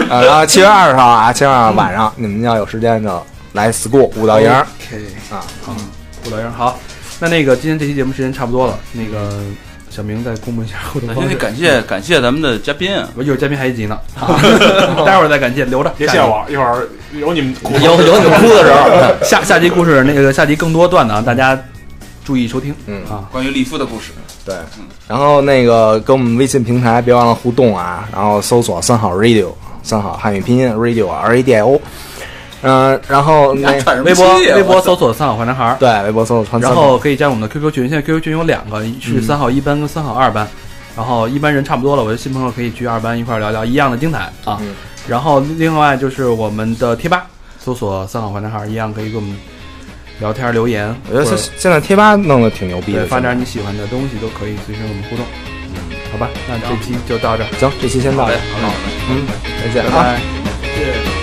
S5: 然后七月二十号啊，七月二十号晚上你们要有时间就来 school 舞蹈营。
S2: OK
S5: 啊，
S2: 好，不聊人好。那那个今天这期节目时间差不多了，那个小明再公布一下互动
S3: 咱
S2: 方
S3: 先得
S2: 式。
S3: 感谢感谢咱们的嘉宾啊，
S2: 我一会儿嘉宾还一集呢， 待会儿再感谢，留着。
S7: 别谢我，一会儿有你们苦
S6: 有有你们哭的时候，
S2: 下下集故事那个下集更多段子啊，大家注意收听。
S5: 嗯
S2: 啊，
S3: 关于利夫的故事。
S5: 对，然后那个跟我们微信平台别忘了互动啊，然后搜索三好 radio，三好汉语拼音 radio R A D I O，嗯、然后那
S3: 喘什么
S2: 微
S3: 气
S2: 博
S3: 哎呀
S2: 微博
S3: 我操
S2: 搜索“三好坏男孩儿
S5: 对微博搜索传”，
S2: 然后可以加入我们的 QQ 群，现在 QQ 群有两个，是三好一班跟三好二班。然后一班人差不多了，我觉得新朋友可以去二班一块儿聊聊一样的精彩啊。
S5: 嗯
S2: 然后另外就是我们的贴吧，搜索“三好坏男孩”一样可以跟我们聊天留言，
S5: 我觉得
S2: 或
S5: 现
S2: 者
S5: 现在贴吧弄得挺牛逼
S2: 哎对
S5: 的，
S2: 发点你喜欢的东西都可以随时跟我们互动。好吧，那这期就到这儿，
S5: 行，这期先到这儿，
S2: 好，
S5: 嗯，再见
S2: 拜
S5: 啊。
S2: 拜。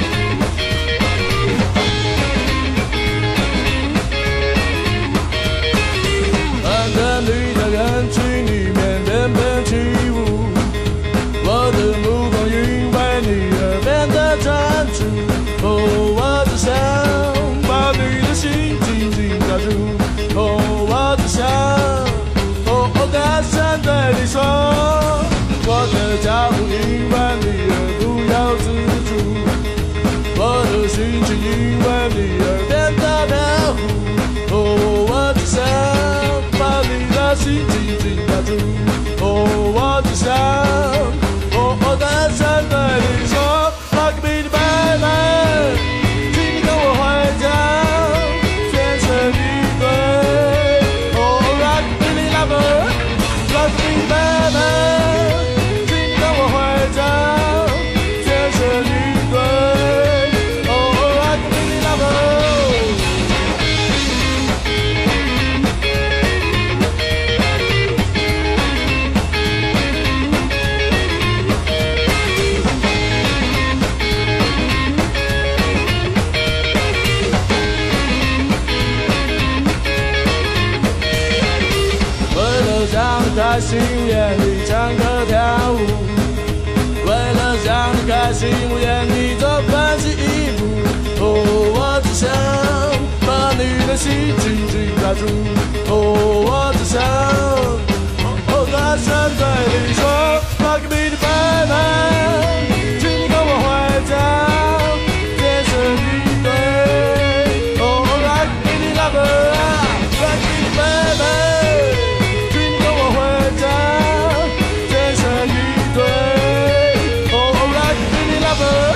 S8: 我的家伙，明白你也不要自主，眼你的白色衣服。哦，我只想把你的心紧紧抓住。哦，我只想，哦，大声对你说，Rock me the baby，请你跟我回家。天生一对。Oh, rock me the lover，rock me the baby，请你跟我回家。天生一对。Oh, rock me the lover。